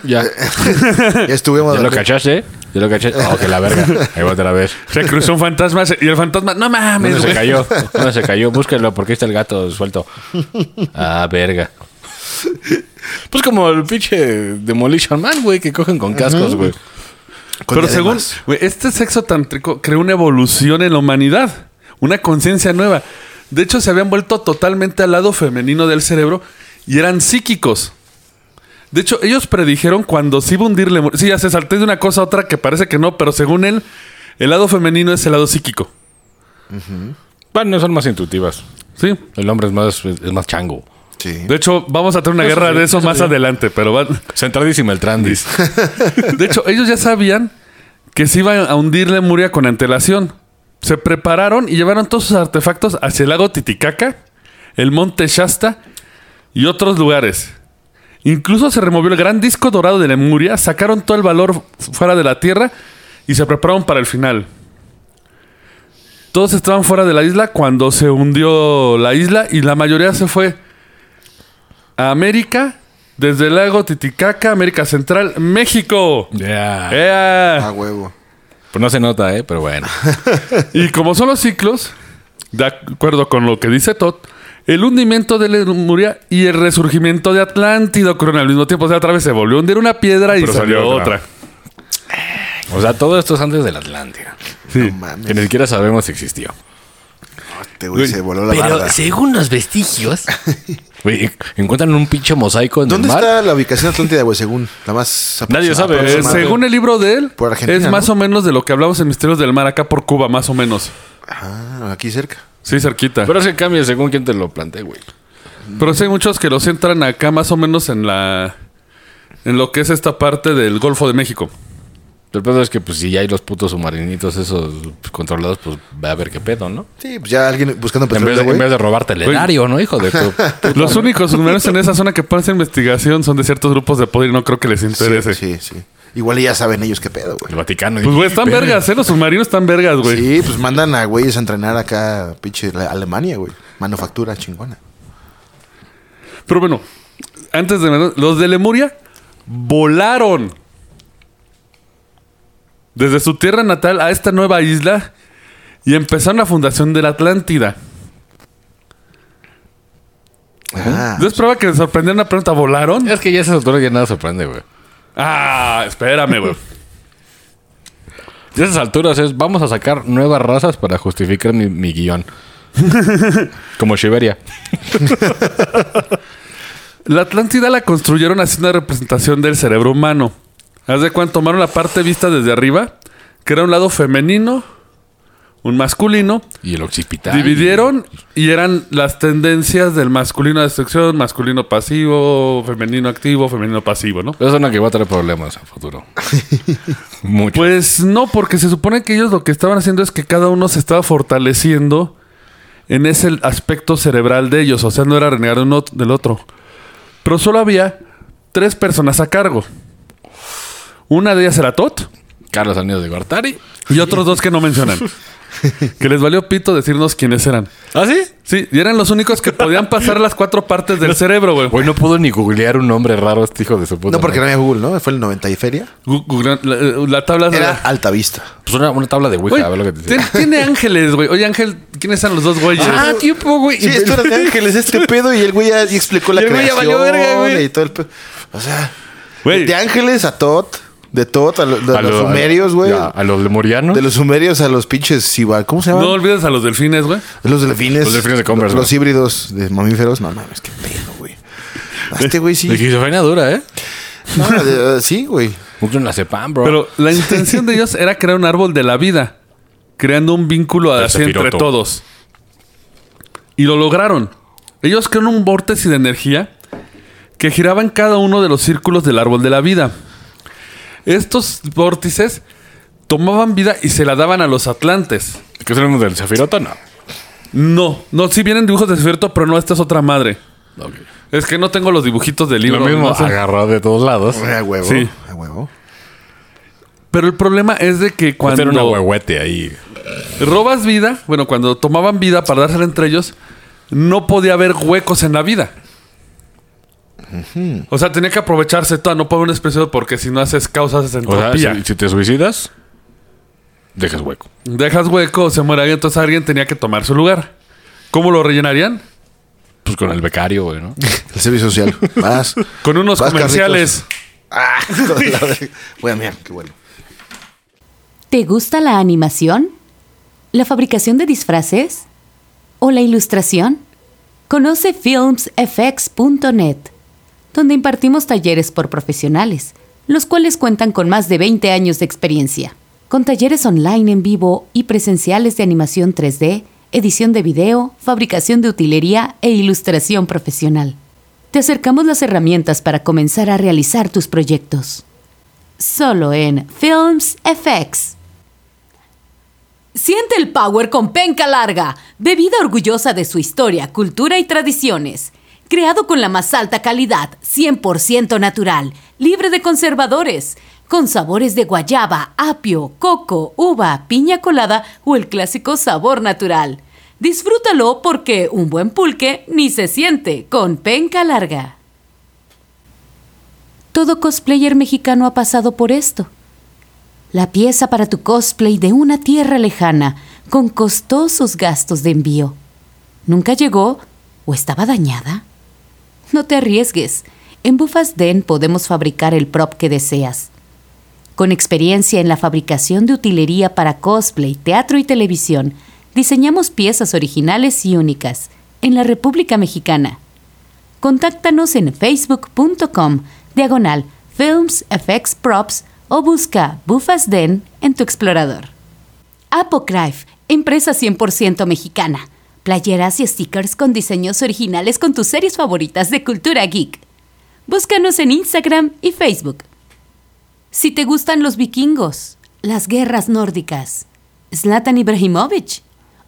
ya,
Ya estuvimos.
ya lo cachaste, ya lo cachaste. Oh, que la verga. Ahí va otra vez.
Se cruzó un fantasma se- y el fantasma, no mames,
Uno se
güey".
cayó, uno se cayó. Búsquenlo porque ahí está el gato suelto. Ah, verga. Pues como el pinche Demolition Man, güey, que cogen con cascos, güey.
con
Pero
diademas.
según, güey, este sexo tántrico creó una evolución en la humanidad, una conciencia nueva. De hecho, se habían vuelto totalmente al lado femenino del cerebro y eran psíquicos. De hecho, ellos predijeron cuando se iba a hundir Lemur- Sí, ya se salté de una cosa a otra que parece que no, pero según él, el lado femenino es el lado psíquico.
Bueno, son más intuitivas.
Sí.
El hombre es más, es más chango.
Sí.
De hecho, vamos a tener una guerra de eso más adelante, pero va- <laughs>
Centradísima el <laughs> Trandis.
De hecho, ellos ya sabían que se iba a hundir Lemuria con antelación. Se prepararon y llevaron todos sus artefactos hacia el lago Titicaca, el monte Shasta y otros lugares. Incluso se removió el gran disco dorado de Lemuria, sacaron todo el valor fuera de la tierra y se prepararon para el final. Todos estaban fuera de la isla cuando se hundió la isla y la mayoría se fue a América, desde el lago Titicaca, América Central, México.
Ya.
¡Ea!
A Ah, huevo.
Pues no se nota, ¿eh? Pero bueno.
Y como son los ciclos, de acuerdo con lo que dice Todd, el hundimiento de Lemuria y el resurgimiento de Atlántida ocurrieron al mismo tiempo. O sea, otra vez se volvió a hundir una piedra y
Pero
salió,
salió
otra.
otra. O sea, todo esto es antes del Atlántida.
Sí.
No
Que
mames.
ni siquiera sabemos si existió.
Este güey se voló la barda.
según los vestigios.
Güey, encuentran un pinche mosaico en
¿Dónde
el mar.
está la ubicación atlántica, güey? Según la más.
Nadie sabe,
Eh,
aproximada.
según el libro de él,
Por Argentina,
es más
¿no?
o menos de lo que hablamos en Misterios del Mar acá por Cuba, más o menos.
Ah, aquí cerca.
Sí, cerquita. Pero,
Pero se cambia según quién te lo plantea, güey.
sí hay muchos que los entran acá más o menos en la... En lo que es esta parte del Golfo de
<laughs>
México.
El pedo es que, pues, si ya hay los putos submarinitos esos pues, controlados, pues va a ver qué pedo, ¿no?
Sí, pues ya alguien buscando
En vez,
petróleo,
de, en
güey.
vez de robarte el
Güey.
erario, ¿no, hijo de
<laughs>
tu?
Los únicos números en esa zona que pueden hacer investigación son de ciertos grupos de poder y no creo que les interese.
Sí,
eh.
sí, sí. Igual ya saben ellos qué pedo, güey.
El Vaticano.
Pues, güey, están vergas, ¿eh? Los submarinos están vergas, güey.
Sí, pues mandan a güeyes a entrenar acá, pinche la- Alemania, güey. Manufactura chingona.
Pero bueno, antes de... Los de Lemuria volaron desde su tierra natal a esta nueva isla y empezaron la fundación de la Atlántida.
Ah,
Entonces prueba que les sorprendió una pregunta. ¿Volaron?
Es que ya esas alturas ya nada sorprende, güey.
Ah, espérame, güey.
Ya esas alturas es, vamos a sacar nuevas razas para justificar mi, mi
<laughs>
guión. Como Shiberia.
La Atlántida la construyeron haciendo una representación del cerebro humano. Haz de cuando tomaron la parte vista desde arriba, que era un lado femenino, un masculino,
Y el occipital.
Dividieron y eran las tendencias del masculino a destrucción, masculino pasivo, femenino activo, femenino pasivo, ¿no?
Eso es una que va a traer problemas a
<laughs>
futuro. Mucho.
Pues no, porque se supone que ellos lo que estaban haciendo es que cada uno se estaba fortaleciendo en ese aspecto cerebral de ellos, o sea, no era renegar de uno del otro. Pero solo había tres personas a cargo. Una de ellas era Tot
Carlos Anillos de Gortari.
y otros dos que no
<laughs>
mencionan. Que les valió pito decirnos quiénes eran.
¿Ah, sí?
Sí, y eran los únicos que podían pasar las cuatro partes del cerebro, güey.
Güey, no pudo ni googlear un nombre raro este hijo de su puta.
no, porque no
madre.
había Google, ¿no? Fue el 90 y feria.
Gu- Google- la, eh, la tabla de...
Era alta vista.
Pues una, una tabla de Ouija,
Güey,
a ver lo que te dice.
tien- tiene ángeles, güey. Oye, Ángel, ¿quiénes son los dos güeyes?
Ah, tiempo, güey.
Sí, esto era de Ángeles, este pedo, y el güey ya explicó la
Y el güey ya
creación.
valió verga, güey.
Y todo el pedo. O sea,
Güey,
de Ángeles a Tot, de Tot a, lo- de
A
los
lo-
sumerios, güey.
ya, A los lemurianos.
De los sumerios a los pinches Siba, ¿cómo se llaman?
no olvides a los delfines, güey.
Los delfines.
Los delfines de Converse,
Los
güey.
híbridos de mamíferos. No mames, qué pedo, güey. A Este güey
La
sí.
esquizofrenia dura, ¿eh?
No, eh, sí, güey.
Mucho en la cepan, bro. <laughs>
Pero la intención de ellos era crear un árbol de la vida, creando un vínculo
El
así entre
Sefiroto.
todos. Y Y lo lograron. Ellos crearon un vórtice de energía que giraba en cada uno de los círculos del árbol de la vida. Estos vórtices tomaban vida y se la daban a los atlantes.
¿Que son unos del Zafiroto? No.
No, no, sí vienen dibujos de cierto, pero no, esta es otra madre. Es que no tengo los dibujitos del libro.
Lo mismo
no sé.
agarrado de todos lados.
A huevo.
Este
Sí.
A huevo.
Pero el problema es de que
Cuando...
cuando
era una huehuete ahí.
robas vida, bueno, cuando tomaban vida para dársela entre ellos, no podía haber huecos en la vida. O sea, tenía que aprovecharse toda, no poner un expresión porque si no haces causa, haces
O sea,
entropía.
si, si te suicidas, dejas hueco.
Dejas hueco, se muere alguien, entonces alguien tenía que tomar su lugar. ¿Cómo lo rellenarían?
Pues con el becario, güey,
<laughs>
¿no?
El servicio
<laughs>
social. Vas.
Con unos
Vas,
comerciales.
Ah, con la verga. Voy a mirar, qué bueno.
¿Te gusta la animación? ¿La fabricación de disfraces? ¿O la ilustración? Conoce filmsfx.net, donde impartimos talleres por profesionales, los cuales cuentan con más de 20 años de experiencia, con talleres online en vivo y presenciales de animación 3D, edición de video, fabricación de utilería e ilustración profesional. Te acercamos las herramientas para comenzar a realizar tus proyectos solo en Films FX. Siente el power con penca larga, bebida orgullosa de su historia, cultura y tradiciones. Creado con la más alta calidad, 100% natural, libre de conservadores, con sabores de guayaba, apio, coco, uva, piña colada o el clásico sabor natural. Disfrútalo porque un buen pulque ni se siente con penca larga. Todo cosplayer mexicano ha pasado por esto. La pieza para tu cosplay de una tierra lejana, con costosos gastos de envío. ¿Nunca llegó o estaba dañada? No te arriesgues. En Bufas Den podemos fabricar el prop que deseas. Con experiencia en la fabricación de utilería para cosplay, teatro y televisión, diseñamos piezas originales y únicas en la República Mexicana. Contáctanos en facebook.com diagonal Films FX Props o busca Bufas Den en tu explorador. Apocryph, empresa 100% mexicana. Playeras y stickers con diseños originales con tus series favoritas de cultura geek. Búscanos en Instagram y Facebook. Si te gustan los vikingos, las guerras nórdicas, Zlatan Ibrahimovic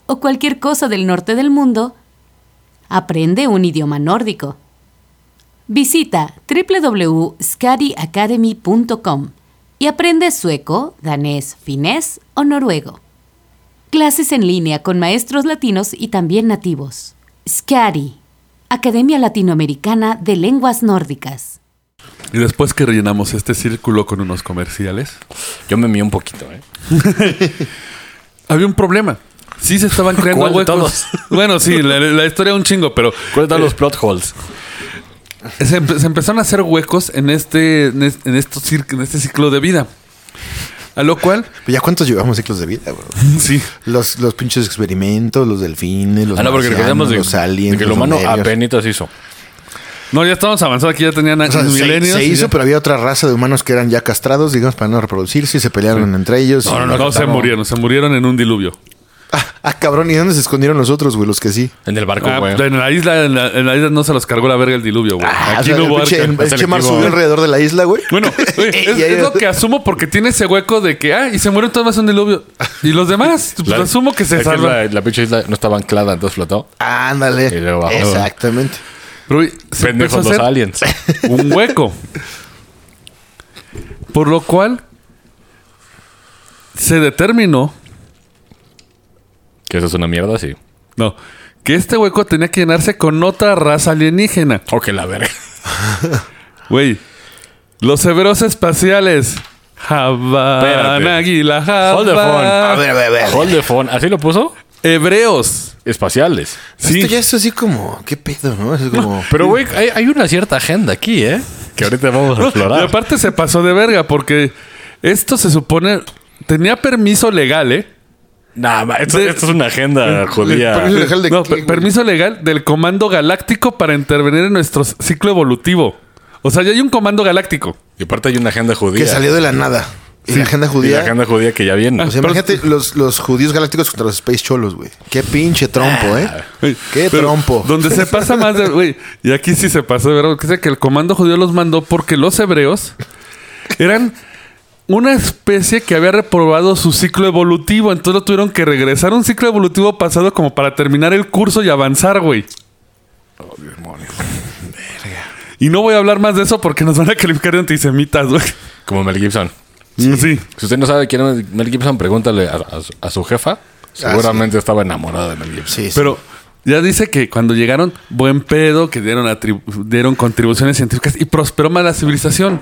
o cualquier cosa del norte del mundo, aprende un idioma nórdico. Visita www.skadiacademy.com y aprende sueco, danés, finés o noruego. Clases en línea con maestros latinos y también nativos. SCADI, Academia Latinoamericana de Lenguas Nórdicas.
Y después que rellenamos este círculo con unos comerciales,
Yo me mío un poquito, ¿eh?
había un problema. Sí se
<laughs>
estaban creando
¿Cuál de
huecos.
todos?
Bueno, sí, la, la historia un chingo, pero
¿Cuáles
Eh,
son los plot holes?
se, empe- se empezaron a hacer huecos en este, en es- en estos cir- en este ciclo de vida. A lo cual,
Pero ¿Ya cuántos llevamos ciclos de vida, bro?
sí,
Los, los pinches experimentos, los delfines, los,
Ah, no, porque
marcianos,
quedamos de,
los aliens.
de que el
los
humano
homerios.
apenas hizo.
No, ya estamos avanzando aquí, ya tenían
O sea, se-
milenios.
se,
y
hizo,
ya-
pero había otra raza de humanos que eran ya castrados, digamos, para no reproducirse y se pelearon entre ellos.
No, no, no,
Y-
no, se murieron, se murieron en un diluvio.
Ah, ah, cabrón, ¿y dónde se escondieron los otros, güey? Los que sí.
En el barco,
Ah,
güey.
en la isla, en la, en la isla no se los cargó la verga el diluvio, güey.
Ah,
aquí
o sea,
no
el
hubo
pinche-
arca.
el- el pinche mar
selectivo,
subió
eh.
alrededor de la isla, güey. <laughs>
Bueno, oye,
Y
es,
ahí-
es lo que asumo porque tiene ese hueco de que, ah, y se mueren todos más en diluvio. Y los demás, pues,
La-
asumo que
es
se salvan.
La, la pinche isla no estaba anclada, entonces flotó.
Ándale.
Y luego bajó.
Exactamente.
Pero, güey, se empezó a
Pendejos los
hacer
aliens. <laughs>
un hueco. Por lo cual, se determinó,
que eso es una mierda, sí.
no, que este hueco tenía que llenarse con otra raza alienígena.
O que la verga.
Güey, los severos espaciales. Habana,
Espérate.
águila,
Hold the phone.
Habana.
Ah.
A ver, a ver, a ver.
Hold the phone. ¿Así lo puso?
Hebreos.
Espaciales.
Sí.
Pues Esto ya es así como, qué pedo, ¿no? Es
<laughs>
como.
Pero, güey, hay, hay una cierta agenda aquí, ¿eh? Que ahorita vamos a
Y
explorar.
aparte se pasó de verga porque esto se supone tenía permiso legal, ¿eh?
Nah, ma, esto, esto es una agenda
permiso
jodida.
legal de
No,
qué,
per-
güey?
permiso legal del comando galáctico para intervenir en nuestro ciclo evolutivo. O sea, ya hay un comando galáctico.
Y aparte hay una agenda judía.
Que salió de la nada. Y la agenda
Y
judía. Ah.
la agenda judía que ya viene.
O sea, imagínate los, los judíos galácticos contra los Space Cholos, güey. Qué pinche trompo, ¿eh?
Güey,
Qué
pero
trompo.
Donde se pasa más
<laughs>
de. güey, y aquí sí se pasa de verdad. Que sea que el comando judío los mandó porque los hebreos eran una especie que había reprobado su ciclo evolutivo. Entonces lo tuvieron que regresar a un ciclo evolutivo pasado como para terminar el curso y avanzar, güey.
Oh,
Y no voy a hablar más de eso porque nos van a calificar de antisemitas, güey.
como Mel Gibson.
Sí.
Si usted no sabe quién es Mel Gibson, pregúntale a, a su- a su jefa. Seguramente estaba enamorada de Mel Gibson.
Ah, Sí, sí.
Pero ya dice que cuando llegaron, buen pedo, que dieron, atribu- dieron contribuciones científicas y prosperó más la <laughs> civilización.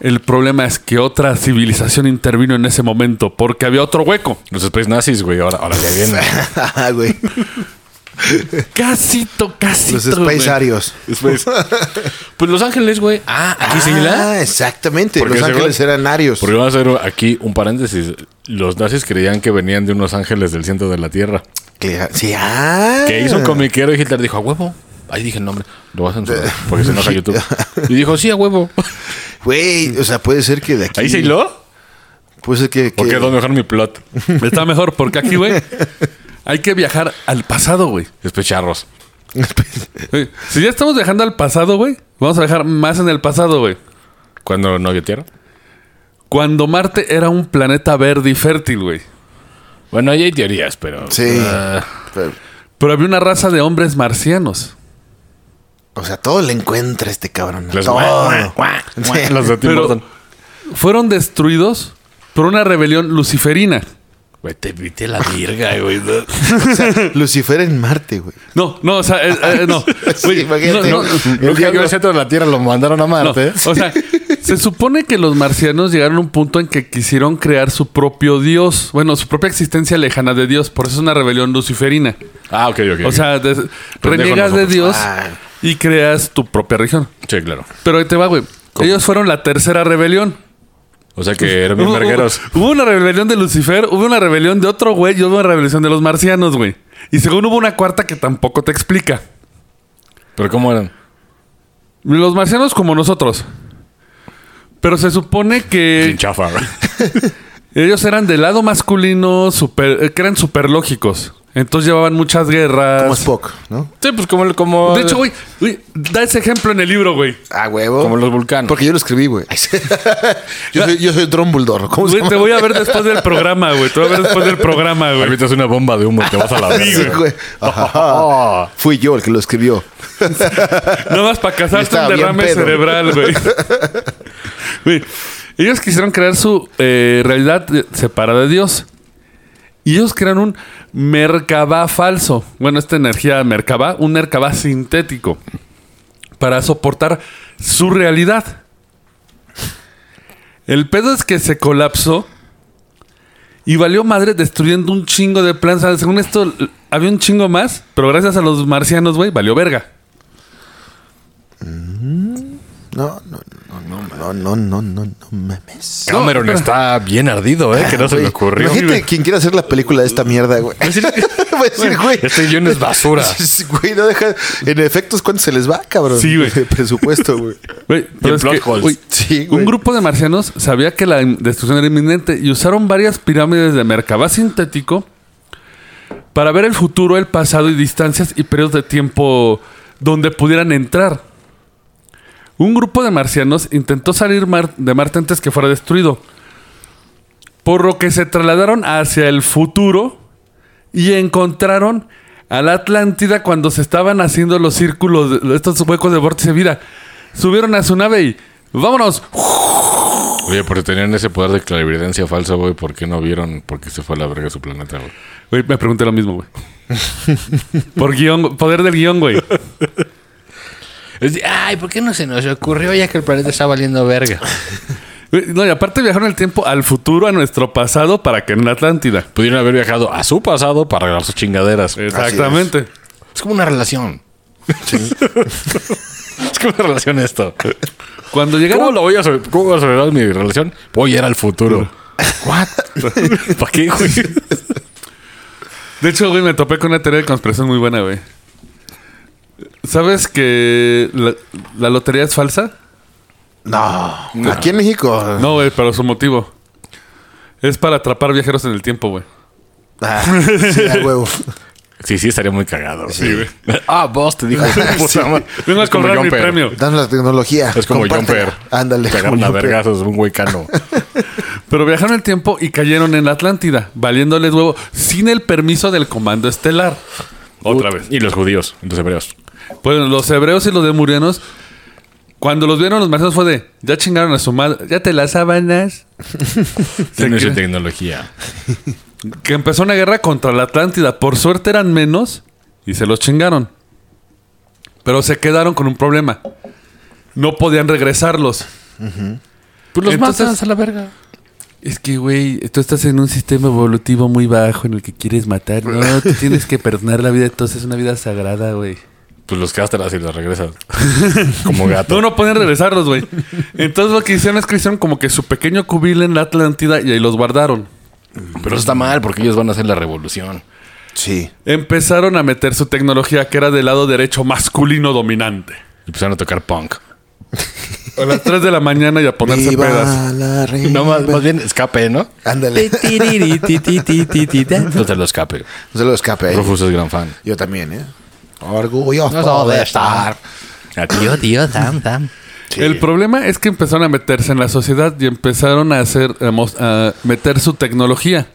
El problema es que otra civilización intervino en ese momento porque había otro hueco.
Los Space Nazis, güey, ahora, ahora ya vienen.
<laughs> Ah, güey.
Casito, casito.
Los
güey.
Space Arios.
Pues Los Ángeles, güey. Ah, aquí sí,
Ah, exactamente.
Porque
Los
seguro-
ángeles eran Arios.
Porque voy a hacer aquí un paréntesis. Los nazis creían que venían de unos ángeles del centro de la Tierra.
Que- Sí, ah.
Que hizo un comiquero y Hitler dijo, a huevo. Ahí dije el nombre. Lo vas a censurar porque se enoja YouTube. Y dijo, sí, a
<laughs>
huevo.
Güey, o sea, puede ser que de aquí.
Ahí se hiló.
Puede ser que.
Porque
que-
quedó mejor mi plot. <laughs>
Está mejor porque aquí, <laughs> güey, hay que viajar al pasado, güey.
Después charros.
Güey, Si ya estamos viajando al pasado, güey, vamos a viajar más en el pasado, güey.
Cuando no había tierra.
Cuando Marte era un planeta verde y fértil, güey.
Bueno, ahí hay teorías, pero.
Sí.
ah,
Pero-
Pero había una raza de hombres marcianos.
O sea, todo le encuentra este cabrón.
los,
todo.
guau, guau, guau,
Sí.
los de Tim
Pero-
Burton.
fueron destruidos por una rebelión luciferina.
Güey, te viste la virga, güey.
<laughs>
¿no?
O sea, Lucifer en Marte, güey.
No, no, o sea, eh, eh,
<laughs>
no.
Sí,
Oye,
imagínate.
no, no,
No cayó el centro de la Tierra, lo mandaron a
no.
Marte.
O sea, se supone que los marcianos llegaron a un punto en que quisieron crear su propio dios, bueno, su propia existencia lejana de Dios, por eso es una rebelión luciferina.
Ah, ok, ok.
O sea, des- reniegas de
nosotros.
Dios
Ah.
y creas tu propia religión.
sí, claro.
Pero ahí te va, güey. Ellos fueron la tercera rebelión.
O sea que eran bien
<laughs> Hubo-
vergueros.
Hubo, hubo una rebelión de Lucifer, hubo una rebelión de otro güey y hubo una rebelión de los marcianos, güey. Y según hubo una cuarta que tampoco te explica.
Pero ¿cómo eran?
Los marcianos como nosotros. Pero se supone que
Sin chafa, güey.
ellos eran del lado masculino, super, eh, que eran superlógicos. Entonces llevaban muchas guerras.
Como Spock, ¿no?
Sí, pues como, como.
de hecho, güey, güey, da ese ejemplo en el libro, güey.
Ah, huevo.
Como los vulcanos.
Porque yo lo escribí, güey. <laughs> yo, soy, yo soy Drumbledore. ¿Cómo se
Güey, Te
llama?
voy a ver después del programa, güey. Te voy a ver después del programa, güey.
Ahorita es una bomba de humo, te vas a la
Sí,
verga. Oh,
güey. Ajá. Fui yo el que lo escribió.
Nada más para
Y
casarte
estaba
un
bien
derrame
pedo.
cerebral,
<laughs>
güey. Güey, Ellos quisieron crear su eh, realidad de- separada de Dios. Y ellos crearon un Merkabah falso. Bueno, esta energía Merkabah, un Merkabah sintético. Para soportar su realidad. El pedo es que se colapsó. Y valió madre destruyendo un chingo de plantas. Según esto, l- había un chingo más. Pero gracias a los marcianos, güey, valió verga.
No, no, no, no, no, no, no, no, no mames.
Cameron está bien ardido, ¿eh? Que no se
Güey,
me ocurrió.
Imagínate quien quiera hacer la película de esta mierda, güey. Va <laughs> a decir, güey.
Este guión es basura.
<laughs> Sí, Güey, no deja. En efectos, ¿cuánto se les va, cabrón?
Sí, güey.
De <laughs> presupuesto, güey.
Güey, pero
en
es
plot
que,
holes.
güey,
Sí, güey.
un grupo de marcianos sabía que la in- destrucción era inminente y usaron varias pirámides de Merkabah sintético para ver el futuro, el pasado y distancias y periodos de tiempo donde pudieran entrar. Un grupo de marcianos intentó salir Mar- de Marte antes que fuera destruido, por lo que se trasladaron hacia el futuro y encontraron a la Atlántida cuando se estaban haciendo los círculos, de- estos huecos de vórtice de vida. Subieron a su nave y vámonos.
Oye, pero tenían ese poder de clarividencia falsa, güey. ¿Por qué no vieron por qué se fue a la verga su planeta, güey?
Güey, me pregunté lo mismo, güey.
<laughs>
Por guión, poder del guión, güey.
Es de, Ay, ¿por qué no se nos ocurrió ya que el planeta está valiendo verga?
Güey, No, y aparte viajaron el tiempo al futuro, a nuestro pasado, para que en la Atlántida.
Pudieron haber viajado a su pasado para grabar sus chingaderas.
Exactamente.
Es como una relación.
<laughs> Es como una relación
<laughs>
esto.
Cuando
¿Cómo
llegaron,
lo voy a sobre- ¿Cómo voy a sobrevivir mi relación? Voy a ir al futuro. <laughs> ¿What? ¿Para qué, güey?
De hecho, güey, me topé con una teoría de conspiración muy buena, güey. ¿Sabes que la, la lotería es falsa?
No. Aquí en México.
No, güey, pero su motivo. Es para atrapar viajeros en el tiempo, güey.
Ah, sí, a huevo.
Sí, sí, estaría muy cagado.
Sí, güey.
Ah, vos te
<laughs>
dijo.
Sí.
puta madre.
Vengo a
Es como
cobrar
John
mi
Pedro.
premio.
Danos la tecnología.
Es como John
compártela.
Jumper.
Ándale.
Pegaron
como
a
John Perro.
vergazos, un
<laughs>
güey cano.
Pero viajaron en el tiempo y cayeron en la Atlántida, valiéndoles huevo sin el permiso del comando estelar. Otra vez.
Y los judíos, los hebreos.
Pues los hebreos y los demurianos, cuando los vieron los marcianos fue de, ya chingaron a su madre, ya te las sábanas.
Tienen
cree.
su tecnología.
Que empezó una guerra contra la Atlántida. Por suerte eran menos y se los chingaron. Pero se quedaron con un problema. No podían regresarlos.
Pues
los matas
a la verga.
Es que, güey, tú estás en un sistema evolutivo muy bajo en el que quieres matar. No, <laughs> tú tienes que perdonar la vida, entonces es una vida sagrada, güey.
Pues los castras y los
<laughs>
regresas. Como gato.
No, no pueden regresarlos, <laughs> güey. Entonces lo que hicieron es que hicieron como que su pequeño cubil en la Atlántida y ahí los guardaron.
Pero eso está mal porque ellos van a hacer la revolución.
Sí.
Empezaron a meter su tecnología que era del lado derecho masculino dominante.
Y Empezaron a tocar punk.
A las 3 de la mañana y a ponerse
Viva
pedas.
la reina.
<laughs> No, más, más bien escape,
<laughs>
¿no?
Ándale.
No te lo escape.
No se lo escape. ¿eh?
Rufus es gran fan.
Yo también, ¿eh? Orgulloso de
de
estar.
A ti.
Tío, tío, tam, tam.
Sí.
El problema es que empezaron a meterse en la sociedad y empezaron a hacer a mos- a meter su tecnología.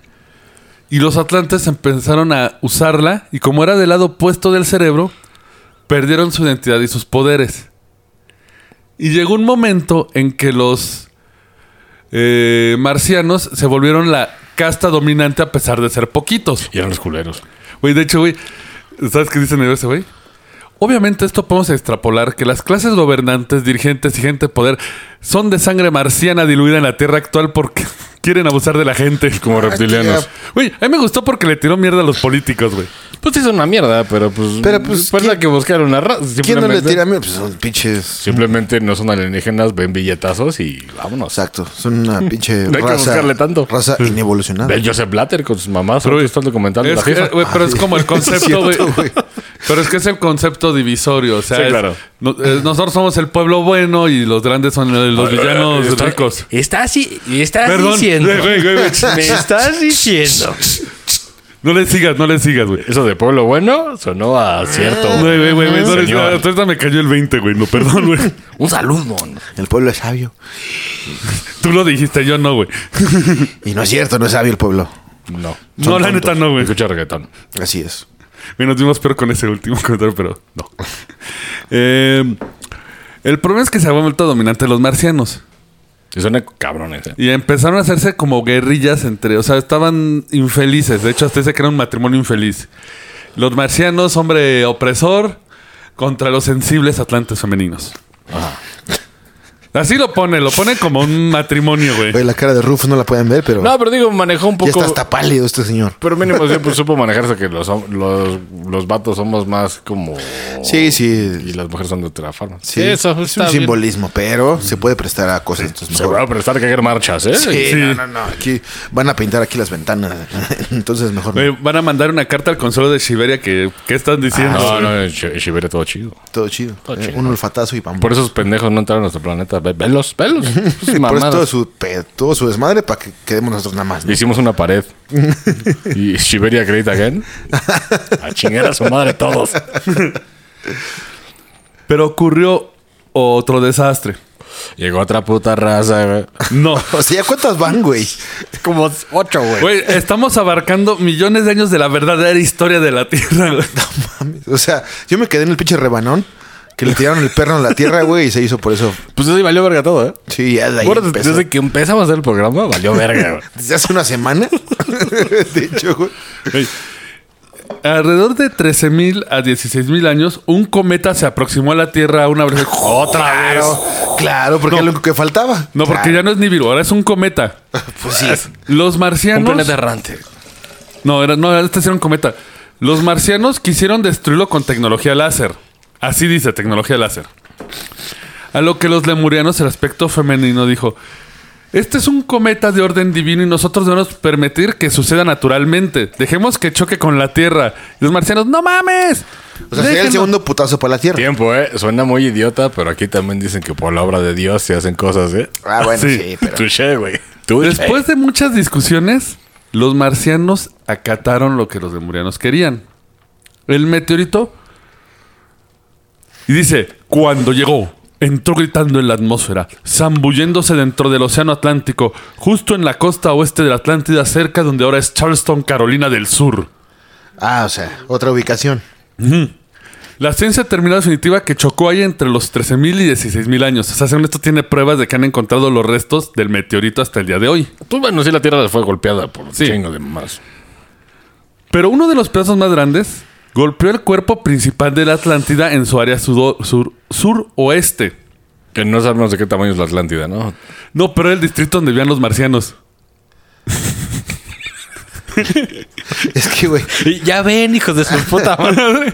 Y los atlantes empezaron a usarla y como era del lado opuesto del cerebro, perdieron su identidad y sus poderes. Y llegó un momento en que los eh, marcianos se volvieron la casta dominante a pesar de ser poquitos.
Y eran los culeros.
Güey, de hecho, güey, ¿sabes qué dicen ese güey? Obviamente esto podemos extrapolar que las clases gobernantes, dirigentes y gente de poder son de sangre marciana diluida en la tierra actual porque <laughs> quieren abusar de la gente.
Como reptilianos.
Güey, a mí me gustó porque le tiró mierda a los políticos, güey.
Pues sí, es una mierda, pero pues.
Pero, pues,
Pues la
¿quién-
que buscar una raza.
¿Quién no le
Simplemente-
tira a mí? Pues son pinches.
Simplemente no son alienígenas, ven billetazos y vámonos.
Exacto.
<laughs>
Son una pinche
No hay que
raza.
buscarle tanto.
Raza inevolucionada.
Ve Joseph Blatter con sus mamás. Pero eh, está el documental de
Es
Ah, la
que-
FIFA.
güey, pero es
<laughs>
como el concepto, güey.
cierto, güey.
Pero es que es el concepto divisorio. O sea,
Sí,
es-
claro.
no- eh, nosotros somos el pueblo bueno y los grandes son eh, los villanos
Está-
ricos.
Estás, y- estás
Perdón.
diciendo.
Güey, güey, güey, güey.
Me Pues, estás diciendo.
No le sigas, no le sigas, güey.
Eso de pueblo bueno sonó a cierto.
Güey, güey, güey, güey, no le-
Señor.
hasta ahorita me cayó el 20, güey. No, perdón, güey.
Un saludo.
El pueblo es sabio.
Tú lo dijiste, yo no, güey.
Y no es cierto, no es sabio el pueblo.
No.
No, la neta no, güey.
Escucha reggaetón.
Así es.
Mira, nos dimos peor con ese último <laughs> comentario, pero no. Eh, el problema es que se habían vuelto dominantes los marcianos.
Y suena cabrones. eh.
Y empezaron a hacerse como guerrillas entre... O sea, estaban infelices. De hecho, hasta dice que era un matrimonio infeliz. Los marcianos, hombre opresor, contra los sensibles atlantes femeninos. Así lo pone, lo pone como un matrimonio, güey.
Oye, la cara de Rufus no la pueden ver, pero.
No, pero digo, manejó un
ya
poco.
está hasta pálido este señor.
Pero
<laughs>
mínimo siempre supo manejarse que los, hom- los, los vatos somos más como.
Sí,
Y
sí.
las mujeres son de otra forma.
sí. es un simbolismo, pero se puede prestar a cosas. entonces
Se
mejor.
va a prestar que hacer marchas, ¿eh?
Sí,
Sí.
No, no, no. Aquí van a pintar aquí las ventanas. <laughs> Entonces mejor. no.
Güey, van a mandar una carta al consuelo de Siberia que... ¿Qué están diciendo?
No, no, en Chi- en Siberia todo chido.
Todo chido.
Todo
Eh,
chido.
Un olfatazo y pam.
Por esos pendejos no entraron a nuestro planeta. Ve- Velos, velos.
<laughs>
Sus
Por eso
mamadas.
todo su, pe- todo su desmadre para que quedemos nosotros nada más. ¿no?
Hicimos una
<laughs>
pared. y Siberia Great Again. A chingar a su madre todos.
Pero ocurrió otro desastre.
Llegó otra puta raza, güey.
No.
O sea, ¿ya cuántas van, güey?
<laughs> Como ocho, güey.
Güey, estamos abarcando millones de años de la verdadera historia de la Tierra. güey.
O sea, yo me quedé en el pinche rebanón que le tiraron el perro en la tierra, güey, y se hizo por eso.
Pues eso valió verga todo, ¿eh?
Sí, ya de ahí
Bueno,
empezó.
desde que empezamos a hacer el programa, valió verga, güey.
Desde hace una semana. <laughs> de hecho, güey.
Güey. Alrededor de 13.000 a 16.000 años, un cometa se aproximó a la Tierra una vez. ¡Otra vez!
Claro, porque
No.
es lo único que faltaba.
No, porque ya no es Nibiru, ahora es un cometa.
Pues sí.
Los
Un
marcianos...
planeta errante.
No, era, no, este era un cometa. Los marcianos quisieron destruirlo con tecnología láser. Así dice, tecnología láser. A lo que los lemurianos, el aspecto femenino, dijo: Este es un cometa de orden divino y nosotros debemos permitir que suceda naturalmente. Dejemos que choque con la Tierra. Y los marcianos, ¡no mames!
O sea, sería el
Déjenlo".
segundo putazo para la Tierra.
Tiempo, ¿eh? Suena muy idiota, pero aquí también dicen que por la obra de Dios se hacen cosas, ¿eh?
Ah, bueno, sí,
Sí.
pero...
Touché, güey. Touché.
Después de muchas discusiones, los marcianos acataron lo que los lemurianos querían. El meteorito. Y dice, cuando llegó, entró gritando en la atmósfera, zambulléndose dentro del Océano Atlántico, justo en la costa oeste de la Atlántida, cerca donde ahora es Charleston, Carolina del Sur.
Ah, o sea, otra ubicación.
La ciencia terminó definitiva que chocó ahí entre los 13.000 y 16.000 años. O sea, según esto tiene pruebas de que han encontrado los restos del meteorito hasta el día de hoy.
Pues bueno, sí, la tierra fue golpeada por un
Sí.
chingo de más.
Pero uno de los pedazos más grandes golpeó el cuerpo principal de la Atlántida en su área sudo- sur- suroeste.
Que no sabemos de qué tamaño es la Atlántida, ¿no?
no, pero era el distrito donde vivían los marcianos.
Es que, güey,
Pues, Ya ven, hijos de su puta madre.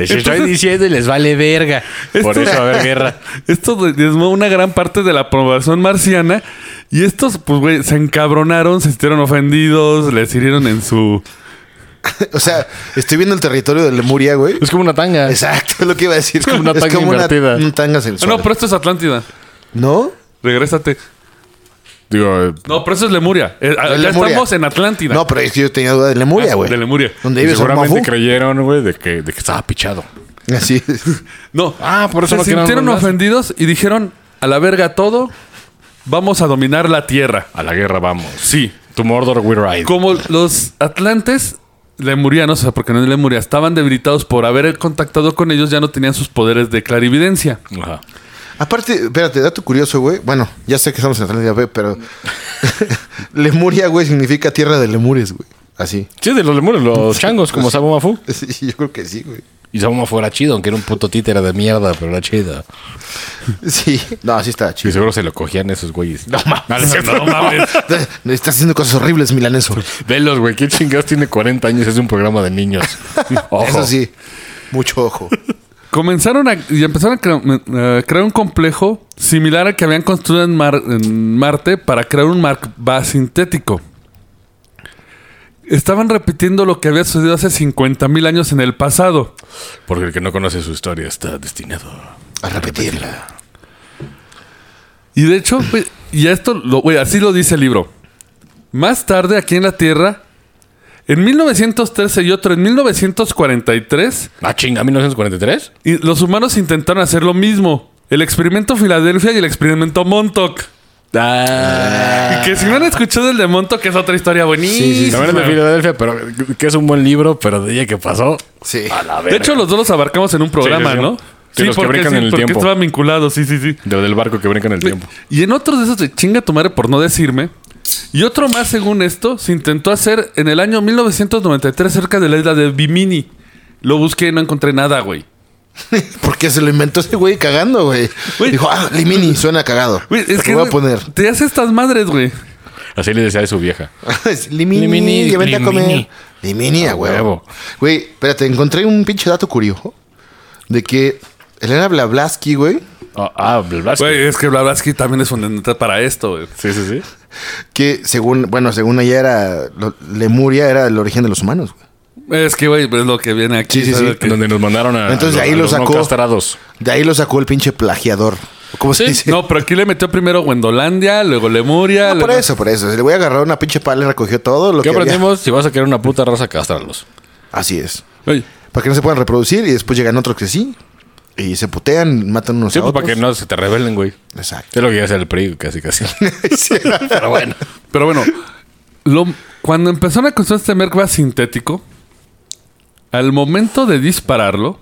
Les estoy diciendo y les vale verga.
Por eso va a haber guerra.
<laughs> Esto de- diezmó una gran parte de la población marciana. Y estos, pues, güey, se encabronaron, se sintieron ofendidos, les hirieron en su...
o sea, estoy viendo el territorio de Lemuria, güey.
Es como una tanga.
Exacto, es lo que iba a decir. Es
como una tanga invertida.
una tanga
Ah,
sensual.
No, pero esto es Atlántida.
¿No?
Regrésate.
Digo, eh,
No, pero eso es Lemuria. Eh, ya
Lemuria.
estamos en Atlántida.
No, pero es que yo tenía duda de Lemuria,
Ah,
güey.
de Lemuria.
¿Dónde
y
vives,
seguramente
Ormafu?
creyeron, güey, de que, de que estaba pichado.
Así
<laughs>
es.
No.
Ah, por
se
eso no quieren
sintieron
volver.
ofendidos y dijeron, a la verga todo, vamos a dominar la Tierra.
A la guerra vamos.
Sí.
To Mordor we ride.
Como los atlantes lemurianos, o sea, porque no es Lemuria, estaban debilitados por haber contactado con ellos, ya no tenían sus poderes de clarividencia.
Ajá.
Aparte, espérate, dato curioso, güey. Bueno, ya sé que estamos en Atlántida B, pero... <laughs> Lemuria, güey, significa tierra de lemures, güey. Así. <laughs>
Sí, de los lemures, los changos, como Sabu Mafu.
Sí, yo creo que sí, güey.
Y Samu fuera chido, aunque era un puto títere de mierda, pero era chido.
Sí. No, así está
Y
chido.
seguro se lo cogían esos güeyes. No mames.
<laughs> Estás haciendo cosas horribles, milaneso.
Velos, güey. ¿Qué chingados tiene 40 años? Es un programa de niños. Ojo.
Eso sí. Mucho ojo.
Comenzaron a, y empezaron a cre- a crear un complejo similar al que habían construido en, Mar- en Marte para crear un Mark va sintético. Estaban repitiendo lo que había sucedido hace 50.000 años en el pasado.
Porque el que no conoce su historia está destinado.
A repetirla.
Y de hecho, güey, y esto, lo, güey, así lo dice el libro. Más tarde, aquí en la Tierra, en 1913 y otro en 1943,
Ah, chinga, 1943.
y los humanos intentaron hacer lo mismo. El experimento Filadelfia y el experimento Montauk. Y que si no han escuchado el de Montauk, es otra historia
Sí,
buenísima.
También es de Filadelfia, pero que es un buen libro, pero de ella que pasó.
Sí.
A la
de
verga.
hecho, los dos los abarcamos en un programa,
Sí, sí, sí.
¿no?
Sí, los que
porque,
brincan en el
porque
tiempo.
estaban vinculados, sí, sí, sí.
De- del barco que brinca en el tiempo.
<laughs> Y en otros de esos de chinga tu madre por no decirme. Y otro más, según esto, se intentó hacer en el año 1993 cerca de la isla de Bimini. Lo busqué y no encontré nada, güey.
Porque se lo inventó ese güey cagando, güey.
Güey.
Dijo, ah, Limini, suena cagado.
Güey, es
Lo
que
voy
güey, <laughs>
a poner.
te hace estas madres, güey.
Así le decía de su vieja.
Es Limini,
Limini,
ya vente a comer.
Limini.
Limini, a huevo.
huevo.
Güey, espérate, encontré un pinche dato curioso de que Elena Blavatsky, güey,
Ah, ah, Blavatsky.
Güey, es que Blavatsky también es fundamental para esto, güey.
Sí, sí, sí.
que según, bueno, según ella era, lo- Lemuria era el origen de los humanos, güey.
Es que, güey, es lo que viene aquí.
Sí, sí,
¿sabes?
sí.
Que-
Donde nos mandaron a.
Entonces,
a
de ahí
a
lo
los no
sacó.
castrados.
De ahí lo sacó el pinche plagiador. ¿Cómo se <laughs>
Sí,
dice?
No, pero aquí le metió primero Wendolandia, luego Lemuria.
No, por
luego-
eso, por eso. Se le voy a agarrar una pinche pala y recogió todo lo
¿Qué
que había.
aprendimos? Si vas a querer una puta raza, castrarlos.
Así es.
Güey,
Para que no se puedan reproducir y después llegan otros que sí. Y se putean, matan unos
Sí,
a
pues
otros.
para que no se te rebelen, güey.
Exacto. <laughs>
Es lo que iba a hacer el PRI, casi, casi.
Pero bueno.
Pero bueno, lo- cuando empezaron a construir este Merkba sintético, al momento de dispararlo,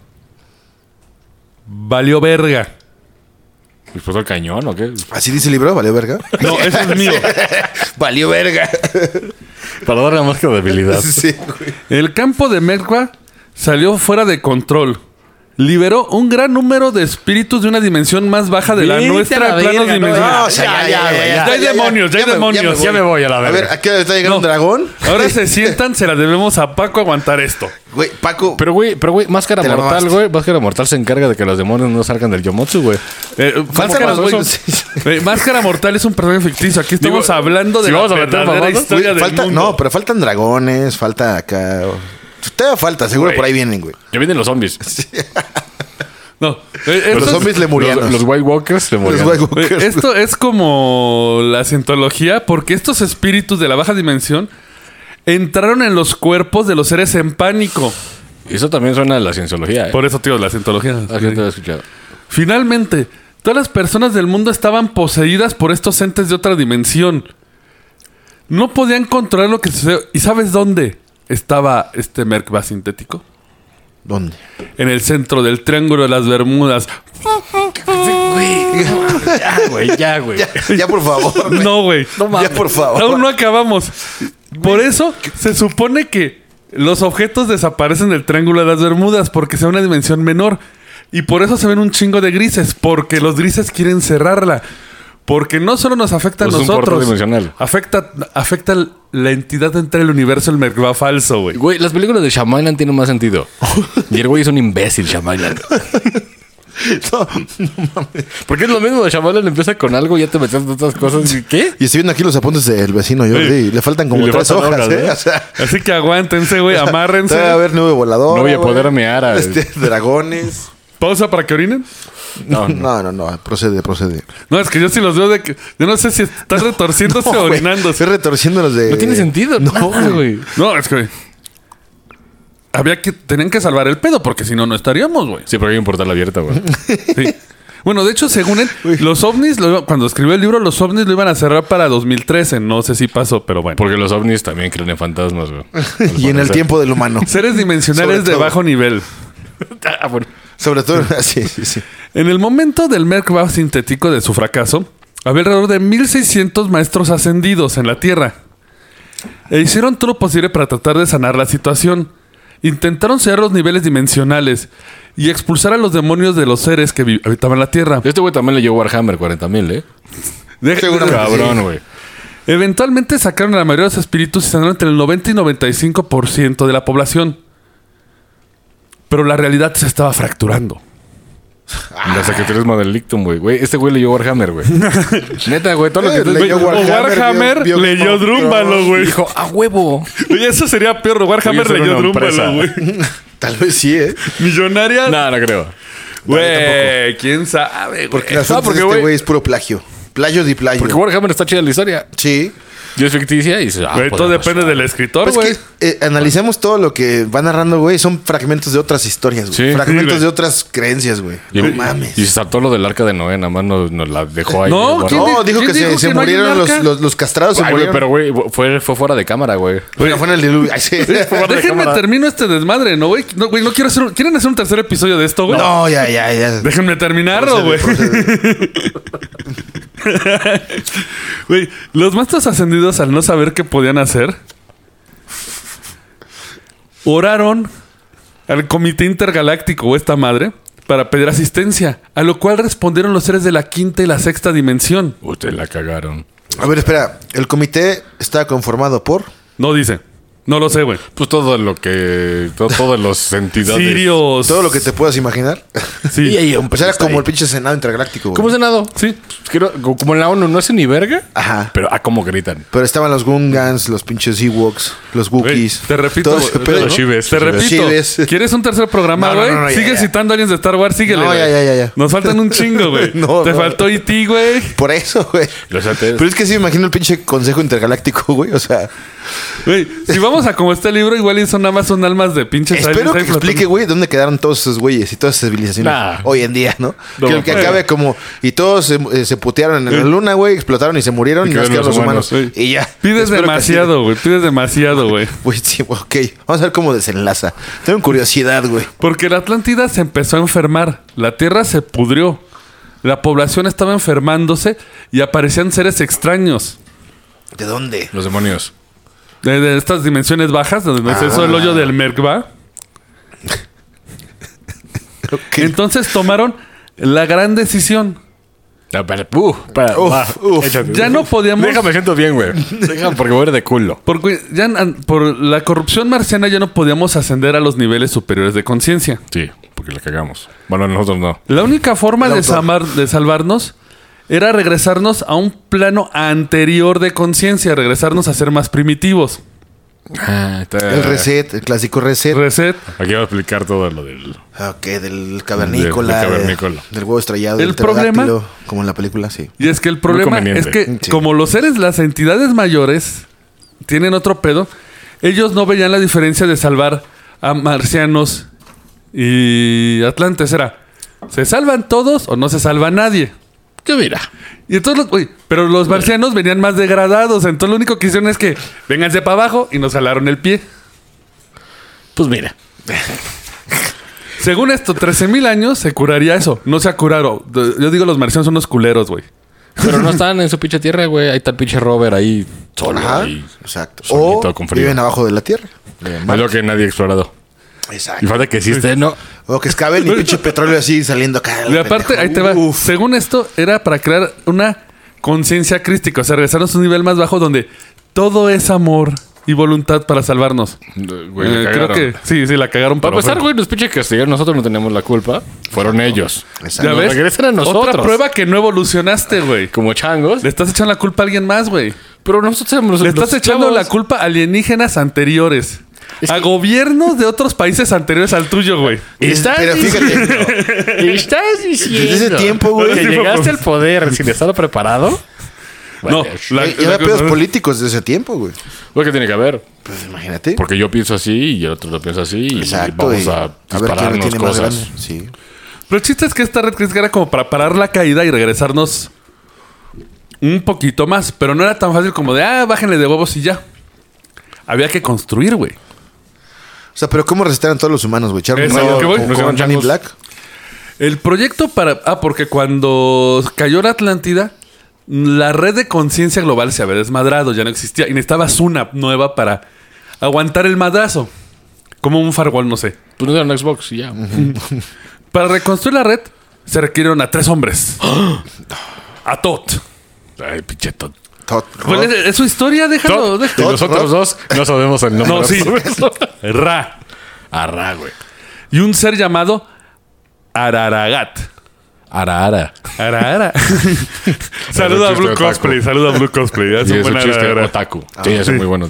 valió verga.
¿Explotó pues, el cañón o qué?
Así dice el libro, valió verga.
No, eso es mío.
valió verga.
Para darle más que debilidad.
sí, güey.
El campo de Merkba salió fuera de control. liberó un gran número de espíritus de una dimensión más baja de la
Vete a
nuestra,
la
planos
verga, no,
dimensionales.
no,
o sea, ya, ya, güey,
Ya hay demonios, ya hay
me-
demonios.
me
Ya me
voy a la
A
verga.
ver, ¿a qué hora está llegando
No.
un dragón?
Ahora se sientan, se la debemos a Paco aguantar esto.
Güey, Paco.
Pero, güey, pero, güey, Máscara
Te la
Mortal,
mamaste.
güey. Máscara Mortal se encarga de que los demonios no salgan del Yomotsu, güey.
Eh, máscara,
pasó
güey,
eso?
<laughs> eh, Máscara Mortal es un personaje ficticio. Aquí estamos
Digo,
hablando de
si
la
vamos a meter
verdadera
mamadas,
historia
güey,
del
falta-
mundo.
no, pero faltan dragones, falta acá. Todavía falta, seguro
Güey.
por ahí vienen, güey.
Ya vienen los zombies.
No, eh, esto
Los
es-
zombies lemurianos.
Los, los White Walkers le
Los
murieron.
White
Güey,
Walkers.
Esto es como la cientología, porque estos espíritus de la baja dimensión entraron en los cuerpos de los seres en pánico.
Eso también suena a la cienciología, eh.
Por eso, tío, la cientología.
Ah, que te lo he escuchado.
Finalmente, todas las personas del mundo estaban poseídas por estos entes de otra dimensión. No podían controlar lo que sucedió. ¿Y sabes dónde estaba este Merkba sintético?
¿Dónde?
En el centro del Triángulo de las Bermudas.
Ya, güey, ya, güey.
Ya, por favor. güey.
No, güey.
Ya, por favor. <laughs>
Aún no acabamos. Por eso se supone que los objetos desaparecen del Triángulo de las Bermudas porque sea una dimensión menor. Y por eso se ven un chingo de grises, porque los grises quieren cerrarla. Porque no solo nos afecta
Pues
a
es un portal
nosotros.
dimensional.
Afecta, afecta la entidad entre el universo el Merkaba falso, güey.
Güey, las películas de Shyamalan tienen más
<laughs>
sentido. Y el güey es un imbécil, Shyamalan.
No, no mames.
Porque es lo mismo, Shyamalan empieza con algo y ya te metes en otras cosas. y, ¿Qué?
Y estoy viendo aquí los apuntes del vecino Jordi. y Le faltan como
Y le
tres
faltan
hojas,
hojas,
¿eh?
¿eh?
O sea,
Así que aguántense,
<laughs>
güey, amárrense.
todavía va a haber nube volador.
No voy a poder mear a-
Este,
<laughs>
dragones.
Pausa para que orinen.
No no. no, no, Procede, procede.
<laughs>
No, es que yo sí los veo de que. Yo no sé si están retorciéndose o
<laughs> No, güey,
orinándose.
Estoy retorciendo los de.
No tiene sentido. No,
Eh, güey.
güey.
No, es que. Había que. Tenían que salvar el pedo, porque si no, no estaríamos,
<laughs>
güey.
Sí, pero hay un portal abierto, güey.
Sí. Bueno, de hecho, según él, los ovnis, lo iba- cuando escribió el libro, los ovnis lo iban a cerrar para 2013. No sé si pasó, pero bueno.
Porque los ovnis también creen en fantasmas, güey. Al
Y en el
parecer.
tiempo del humano.
Seres dimensionales
Sobre
de
todo.
bajo nivel.
<laughs> Ah, bueno.
Sobre todo. <laughs> Sí, sí, sí.
En el momento del Merkaba sintético de su fracaso, había alrededor de 1600 maestros ascendidos en la Tierra. E hicieron todo lo posible para tratar de sanar la situación. Intentaron cerrar los niveles dimensionales y expulsar a los demonios de los seres que vi- habitaban la Tierra.
Este güey también leyó Warhammer 40.000, ¿eh?
De-
Seguramente.
Cabrón, güey.
Eventualmente sacaron a la mayoría de los espíritus y sanaron entre el 90 y 95% de la población. Pero la realidad se estaba fracturando.
Ah.
La Secretaría es Madelictum, güey. Güey, este güey leyó Warhammer,
<laughs>
güey. Neta, güey, todo lo que
Eh,
tú
leyó
O
Warhammer,
Warhammer
vio- vio
leyó
Game of
Drúmbalo,
Thrones.
güey.
Dijo, a huevo.
Oye, eso sería peor.
Voy a
Warhammer
hacer
leyó
una empresa.
Drúmbalo,
<laughs>
güey.
Tal vez sí, ¿eh?
Millonaria.
No, no creo.
Güey, quién sabe, güey.
Porque las
Ah,
fuentes
porque,
de este
güey-
güey es puro plagio. Plagio de plagio.
Porque Warhammer está chida la historia.
Sí.
Y es ficticia y dices, ah,
Güey,
pues,
todo
ah,
depende del escritor,
Pues
güey.
<laughs> es que eh, analicemos todo lo que va narrando, güey. Son fragmentos de otras historias, güey.
Sí, sí,
fragmentos
güey.
de otras creencias, güey.
Y,
No mames.
Y se saltó lo del arca de Noé, nada más nos, nos la dejó ahí.
No,
güey.
¿quién
No,
di-
dijo
quién
que se,
dijo
se
que no hay
murieron
un
los,
arca?
los, los castrados. se
Ay, güey,
murieron.
pero, güey, fue, fue fuera de cámara, güey.
Bueno, fue en el diluvio. Ay, <laughs> sí.
Déjenme termino este desmadre, ¿no, güey? No, güey, no quiero hacer... un- ¿Quieren hacer un tercer episodio de esto, güey?
No, ya, ya, ya.
Déjenme terminarlo, güey. Güey, los maestros ascendidos al no saber qué podían hacer, oraron al Comité Intergaláctico o esta madre para pedir asistencia, a lo cual respondieron los seres de la quinta y la sexta dimensión.
Usted la cagaron.
<laughs> A ver, espera. El comité está conformado por.
No dice, no lo sé, güey.
Pues todo lo que. to-
<laughs>
todas las entidades.
Sirios.
Todo lo que te puedas imaginar.
Sí.
Pues era como el pinche Senado intergaláctico, güey.
¿Cómo se nado?
Sí.
Pues que no- co- como en la ONU no hace ni verga.
Ajá.
Pero ah, cómo gritan.
Pero estaban los Gungans, los pinches Ewoks, los Wookiees.
Te repito,
Todo
güey,
ese pedo,
te
¿no?
Chives,
te
chives.
repito.
Chives.
¿Quieres un tercer programa,
No, no,
güey?
no, no, ya,
Sigue
ya.
citando aliens de Star Wars, síguele.
No,
güey.
ya, ya, ya, ya.
Nos faltan un chingo, güey.
<laughs> No,
Te
no.
faltó IT, güey.
Por eso, güey.
Los ateos.
Pero es que sí me imagino el pinche consejo intergaláctico, <laughs> güey. O sea,
Güey, si vamos a como está el libro, igual y son nada más son almas de pinches
espero
aliens
que
ahí flotando.
explique, güey, dónde quedaron todos esos güeyes y todas esas civilizaciones
Nah.
hoy en día, ¿no?
No,
que, que
güey.
acabe como. Y todos se, eh, se putearon en la luna, güey, explotaron y se murieron y, nos quedaron los humanos.
güey.
Y ya.
Pides
Espero que así-
demasiado, güey. Pides demasiado, güey.
Güey, sí, güey, ok. Vamos a ver cómo desenlaza. Tengo curiosidad, güey.
Porque la Atlántida se empezó a enfermar. La Tierra se pudrió. La población estaba enfermándose y aparecían seres extraños.
¿De dónde?
Los demonios.
De, de estas
Ah.
dimensiones bajas, donde es eso el hoyo del Merkba.
Ok.
Entonces tomaron la gran decisión.
No, pero, uh, para,
Uf,
va,
uf.
échate.
Ya no podíamos...
Déjame, siento bien,
<laughs>
güey. Déjame, porque voy a ir de culo.
Porque ya an- por la corrupción marciana ya no podíamos ascender a los niveles superiores de conciencia.
Sí, porque la cagamos. Bueno, nosotros no.
La única forma de, salvar- de salvarnos era regresarnos a un plano anterior de conciencia, regresarnos a ser más primitivos.
Ah, está.
El reset, el clásico reset. Ah,
Reset.
Aquí voy a explicar todo lo del.
Ok, del cavernícola.
Del- del
de-
cavernícola.
del huevo estrellado.
El
del pterodáctilo,
problema-
Como en la película, sí.
Y es que el problema
conveniente.
es que
Sí.
como los seres, las entidades mayores tienen otro pedo, ellos no veían la diferencia de salvar a marcianos y atlantes. Era, ¿se salvan todos o no se salva nadie?
Yo mira.
Y entonces, los- uy, pero los marcianos venían más degradados. Entonces, lo único que hicieron es que vénganse para abajo y nos jalaron el pie.
Pues mira.
Según esto, 13.000 años se curaría eso. No se ha curado. D- Yo digo, los marcianos son unos culeros, güey.
Pero no están en su pinche tierra, güey. Ahí está el pinche Robert ahí solo.
Ajá.
ahí.
Exacto. O
solito, con frío.
viven abajo de la tierra.
Es lo que nadie ha explorado. Y
Exacto.
falta que existe, Este, ¿no?
O que
<laughs>
excaven y pinche petróleo así saliendo acá.
Y aparte, ahí te va. Según esto, era para crear una conciencia crística. O sea, regresarnos a un nivel más bajo donde todo es amor y voluntad para salvarnos.
Güey,
Eh,
la
creo
cagaron.
que sí, sí, la cagaron.
Para
pero
empezar,
fue-
güey, los pinches castellanos, nosotros no tenemos la culpa. Fueron ellos.
Exacto.
¿Ya
nos
ves?
regresan a nosotros.
Otra prueba que no evolucionaste, güey.
Como changos.
Le estás echando la culpa a alguien más, güey.
Pero nosotros somos
Le
los
estás echando
esclavos.
la culpa a alienígenas anteriores. a gobiernos de otros países anteriores al tuyo, güey.
Estás
Pero
diciendo- <laughs>
fíjate,
Estás diciendo.
Desde ese tiempo, güey.
Que llegaste al poder sin estar preparado.
No, la-
Eh, y había pedos políticos de ese tiempo, güey.
Lo que tiene que haber.
Pues imagínate.
Porque yo pienso así y el otro lo piensa así. Y
Exacto.
vamos
y
a
a ver quién lo
dispararnos
tiene más
cosas.
grande. Sí.
Pero el chiste es que esta red crítica era como para parar la caída y regresarnos un poquito más. Pero no era tan fácil como de, ah, bájenle de huevos y ya. Había que construir, güey.
O sea, pero ¿cómo resetaron todos los humanos, güey? ¿Echaron
Es
un
a lo
rayo
que voy.
como
Nos
como
llaman
Men in
changos.
Black?
El proyecto para... Ah, porque cuando cayó la Atlántida, la red de conciencia global se había desmadrado, ya no existía. Y necesitabas una nueva para aguantar el madrazo. Como un firewall, no sé.
Pues no era Xbox y ya.
Para reconstruir la red, se requirieron a tres
<gasps>
hombres. A Tot.
Ay, pinche tot.
Tot,
¿Cuál
Rod.
es, es su historia? Déjalo.
Tot. Y
déjalo.
los otros dos no sabemos el nombre.
No, sí. <laughs> Ra.
Arra, güey.
Y un ser llamado Araragat.
Ara, ara.
Arara. <laughs> saluda a
chiste
Blue
otaku.
Cosplay. Saluda a Blue Cosplay. Ya
Y
se
es un
pone
chiste
Arara.
otaku.
Ah.
Sí, es <laughs> muy bueno.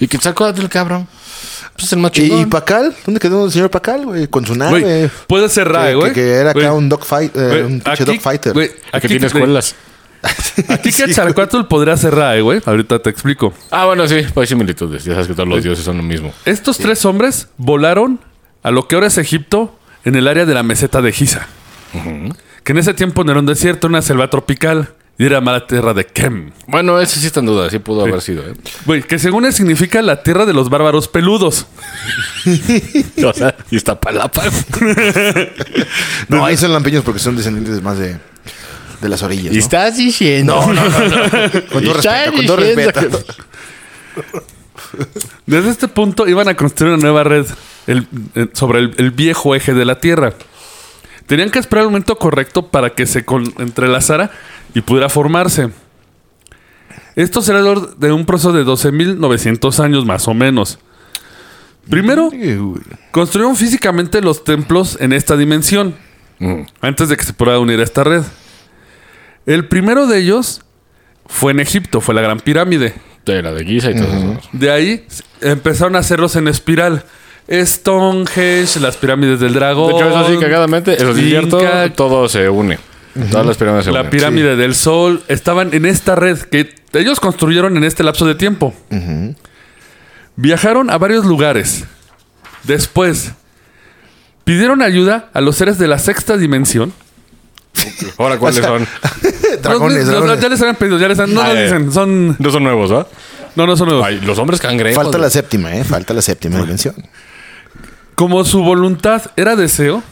y que sacó del cabrón. Pues el macho.
¿Y, y Pacal? ¿Dónde quedó el señor Pacal, Ah, güey? Con su
Güey,
nave.
puede ser Ra,
Que-
güey.
que, que era acá
Güey,
un dogfight, eh,
güey,
un pinche
aquí-
dogfighter.
güey,
Aquí
güey,
tiene escuelas.
<laughs> Aquí que Quetzalcóatl podría ser Ra, eh, güey. Ahorita te explico.
Ah, bueno, sí, pues hay similitudes. Ya sabes que todos los dioses son lo mismo.
Estos tres hombres volaron a lo que ahora es Egipto en el área de la meseta de Giza. Que en ese tiempo no era un desierto, una selva tropical. Y era mala tierra de Kem.
Bueno, eso sí está en duda, sí pudo haber sido. ¿eh? <laughs>
Güey, que según él significa la tierra de los bárbaros peludos.
O sea, y está palapa.
no, ahí son lampiños porque son descendientes más de, de las orillas. ¿no?
Estás diciendo.
Con todo
Está
respeto, con todo
diciendo
respeto.
Desde este punto iban a construir una nueva red el- eh, sobre el, el viejo eje de la Tierra. Tenían que esperar el momento correcto para que se con- entrelazara y pudiera formarse. Esto será alrededor de un proceso de 12.900 años más o menos. Primero,
Sí, güey.
construyeron físicamente los templos en esta dimensión
Mm,
antes de que se pudiera unir a esta red. El primero de ellos fue en Egipto, fue la Gran Pirámide.
De la de Giza y todo eso.
De ahí s- empezaron a hacerlos en espiral. Stonehenge, las pirámides del dragón.
De hecho, eso sí, cagadamente, eso sí es cierto,
Inca,
todo se une. Todas las pirámides se
la
unen.
pirámide del sol. Estaban en esta red que ellos construyeron en este lapso de tiempo. Viajaron a varios lugares. Después, pidieron ayuda a los seres de la sexta dimensión.
Sí. Ahora, ¿cuáles son?
Dragones,
Eh, Los- los-
dragones.
ya les habían pedido, ya les han- no
Ah,
nos
eh.
dicen, son...
No son nuevos, ¿ah?
No, no son nuevos.
Ay, los hombres cangrejos.
Falta la séptima, ¿eh? Falta la séptima dimensión.
Como su voluntad era deseo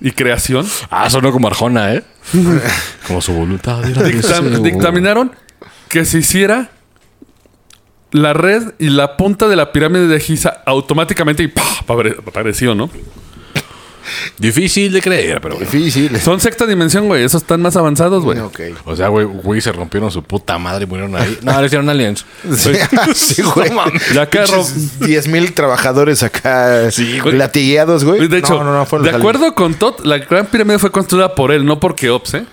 y creación,
Ah, sonó como Arjona,
<laughs>
¿eh? como su voluntad. era de
Dictam-
ser.
dictaminaron que se hiciera la red y la punta de la pirámide de Giza automáticamente y ¡pah! apare- apareció, ¿no?
Difícil de creer, pero bueno.
Difícil.
Son sexta dimensión, güey. Esos están más avanzados, güey.
Ok.
O sea, güey, güey, se rompieron su puta madre y murieron ahí. No, le hicieron aliens.
Sí, ah,
<laughs>
sí, güey.
No mames.
Ya que rom-
10 mil trabajadores acá
Sí, güey.
latigueados, güey.
De hecho,
no, no, no, fueron
de
los
acuerdo con Todd, la gran pirámide fue construida por él, no por Keops, ¿eh?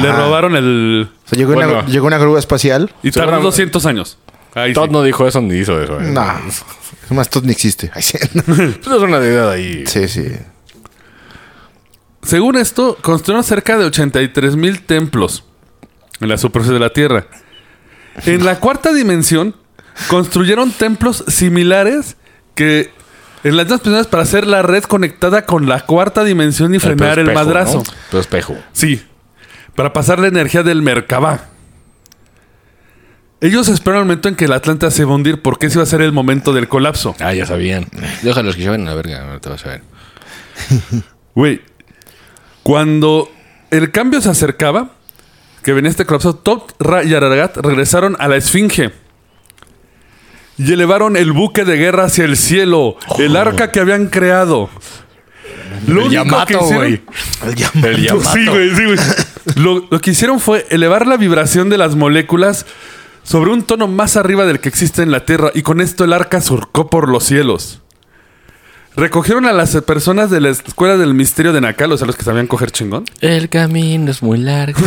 Le
Ajá.
robaron el...
aliens. O sea, llegó, una,
Bueno.
llegó una grúa espacial.
Y tardó
Seguramente-
200 años. Ahí
Todd
sí.
no dijo eso ni hizo eso. güey.
No. Es más, Todd ni existe. <laughs> Ay, sí.
Pues es una deidad ahí.
sí, sí.
Según esto, construyeron cerca de 83 mil templos en la superficie de la Tierra. En la cuarta dimensión, construyeron templos similares que en las dos primeras para hacer la red conectada con la cuarta dimensión y frenar el,
espejo,
madrazo.
¿no? Tu espejo.
Sí, para pasar la energía del Merkaba. Ellos esperaron el momento en que el Atlanta se iba a hundir porque ese iba a ser el momento del colapso.
Ah, ya sabían.
Deja a los que llevan a la verga, no te vas a ver.
Güey, cuando el cambio se acercaba, que venía este colapso, Top Ra y Ararat regresaron a la Esfinge. Y elevaron el buque de guerra hacia el cielo, el arca que habían creado. Lo único que
Yamato,
hicieron-
güey.
El llamado.
El Yamato.
Sí, güey, sí, güey. Lo, lo que hicieron fue elevar la vibración de las moléculas sobre un tono más arriba del que existe en la Tierra y con esto el arca surcó por los cielos. Recogieron a las personas de la Escuela del Misterio de Nakal, o sea, los que sabían coger chingón.
El camino es
<laughs>
muy largo.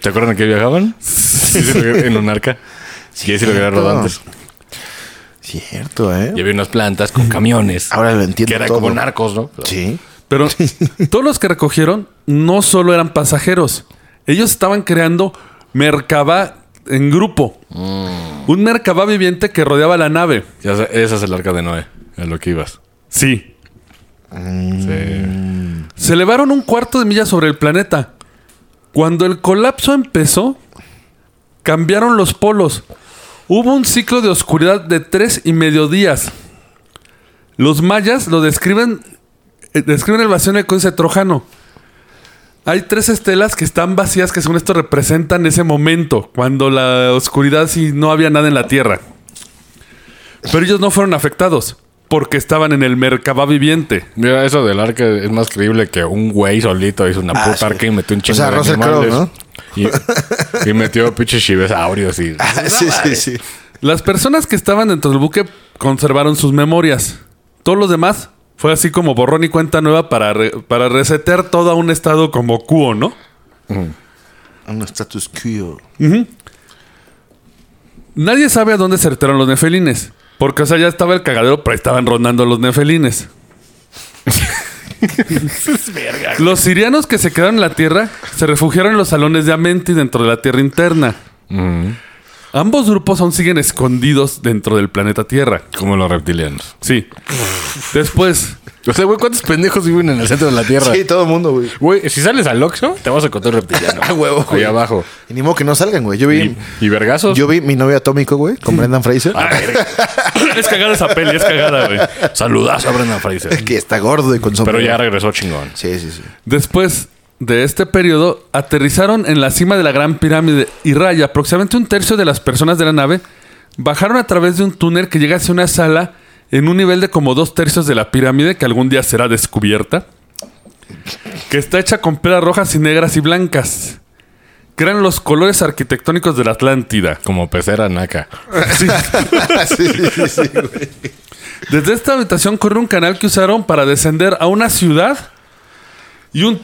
¿Te acuerdan que viajaban? en un arca. Sí, sí, lo que era
Cierto.
rodantes.
Cierto, ¿eh?
Y había unas plantas con camiones.
Ahora lo entiendo
Que era
todo.
como narcos, ¿no? <laughs>
Sí.
Pero todos los que recogieron no solo eran pasajeros, ellos estaban creando mercabá en grupo. Un mercabá viviente que rodeaba la nave.
Ya sa- esa es el arca de Noé. A lo que ibas.
Sí,
Sí.
Se elevaron un cuarto de milla sobre el planeta. Cuando el colapso empezó, cambiaron los polos. Hubo un ciclo de oscuridad de tres y medio días. Los mayas lo describen, eh, describen el vacío en el códice trojano. Hay tres estelas que están vacías que según esto representan ese momento, cuando la oscuridad sí no había nada en la Tierra. Pero ellos no fueron afectados, porque estaban en el Merkabá viviente.
Mira, eso del arca es más creíble que un güey solito hizo una
Ah,
puta
sí.
arca y metió un
O
chingo
sea,
de
Russell
animales.
Crowe,
Y, y metió pinches chivesaurios y...
sí, sí, sí.
Las personas que estaban dentro del buque conservaron sus memorias. Todos los demás fue así como borrón y cuenta nueva para, re- para resetear todo a un estado como cuo, ¿no?
Un status quo.
Nadie sabe a dónde se retiraron los nefelines. Porque, o sea, ya estaba el cagadero, pero estaban rondando los nefelines. los sirianos que se quedaron en la tierra se refugiaron en los salones de Amenti dentro de la tierra interna. Ambos grupos aún siguen escondidos dentro del planeta Tierra.
Como los reptilianos.
Sí. Después,
O sea, güey, ¿cuántos pendejos viven en el centro de la Tierra?
Sí, todo el mundo, güey.
Güey, si sales al Oxxo, te vas a encontrar un reptiliano.
<laughs> A huevo, güey.
Ahí abajo.
Y ni modo que no salgan, güey. Yo vi,
Y, y Ah. vergazos.
yo vi mi novio atómico, güey, con Brendan Fraser.
<laughs> Es cagada esa peli, es cagada, güey.
Saludazo a Brendan Fraser.
que está gordo y con
Pero
sombrero.
ya regresó chingón.
Sí, sí, <laughs> sí.
Después de este periodo, aterrizaron en la cima de la Gran Pirámide y Raya. Aproximadamente un tercio de las personas de la nave bajaron a través de un túnel que llega hacia una sala en un nivel de como dos tercios de la pirámide que algún día será descubierta. Que está hecha con piedras rojas y negras y blancas. Que eran los colores arquitectónicos de la Atlántida.
Como pecera naca.
Sí.
sí, sí, sí, sí, güey.
Desde esta habitación corre un canal que usaron para descender a una ciudad y un,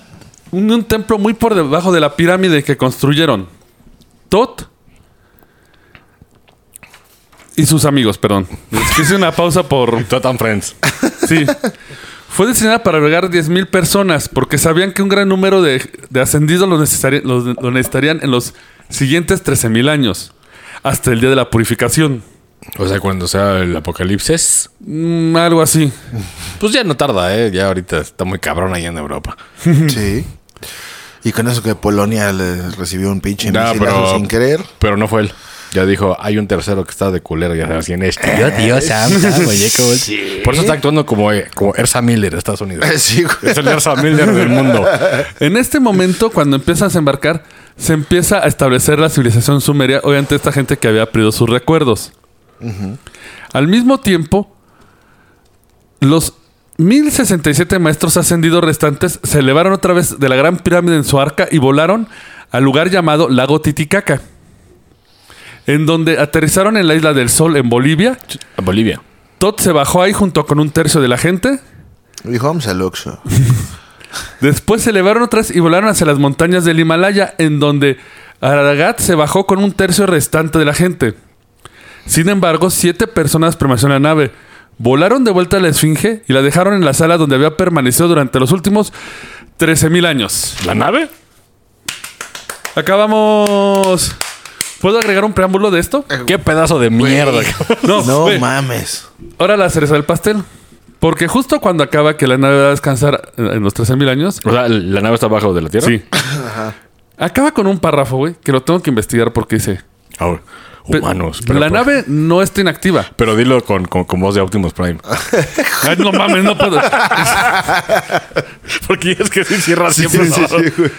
un- un templo muy por debajo de la pirámide que construyeron. Tot y sus amigos, perdón. Es que hice una pausa por...
Totan Friends.
Sí. Fue diseñada para albergar 10.000 personas porque sabían que un gran número de, de ascendidos lo, necesari- los- lo necesitarían en los siguientes 13.000 años, hasta el día de la purificación.
O sea, cuando sea el apocalipsis,
Mm, algo así.
pues ya no tarda, ¿eh? Ya ahorita está muy cabrón allá en Europa.
Sí. Y con eso que Polonia le recibió un pinche
No,
misilazo
pero-
sin querer. <laughs>
Pero no fue él. Ya dijo, hay un tercero que está de culero, ya sabes quién es.
Yo,
Eh.
tío,
<laughs>
Sam, Sam, oye, como-
Por eso está actuando como, eh, como Ersa Miller de Estados Unidos.
Sí, güey.
Es el Ersa Miller del mundo.
En este momento, cuando empiezan a desembarcar, se empieza a establecer la civilización sumeria, obviamente esta gente que había perdido sus recuerdos. Al mismo tiempo, los 1067 maestros ascendidos restantes se elevaron otra vez de la gran pirámide en su arca y volaron al lugar llamado Lago Titicaca, en donde aterrizaron en la isla del Sol en Bolivia.
A Bolivia.
Todd se bajó ahí junto con un tercio de la gente.
Dijo, vamos al Oxxo.
Después se elevaron otras y volaron hacia las montañas del Himalaya, en donde Aragat se bajó con un tercio restante de la gente. Sin embargo, siete personas permanecieron en la nave. Volaron de vuelta a la Esfinge y la dejaron en la sala donde había permanecido durante los últimos 13.000 años.
¿La nave?
Acabamos. ¿Puedo agregar un preámbulo de esto?
Eh,
Qué pedazo de mierda. cabrón.
No,
No
ve.
mames.
Ahora la cereza del pastel. Porque justo cuando acaba que la nave va a descansar eh, en los 13.000 años,
O sea, la nave está abajo de la Tierra.
Sí. Acaba con un párrafo, güey, que lo tengo que investigar porque dice.
Ahora,
pe-
humanos.
la
por-
nave no está inactiva.
Pero dilo con, con, con voz de Optimus Prime. <laughs>
Ay, no mames, no puedo.
Porque es que se cierra siempre.
Sí, sí, sí, güey.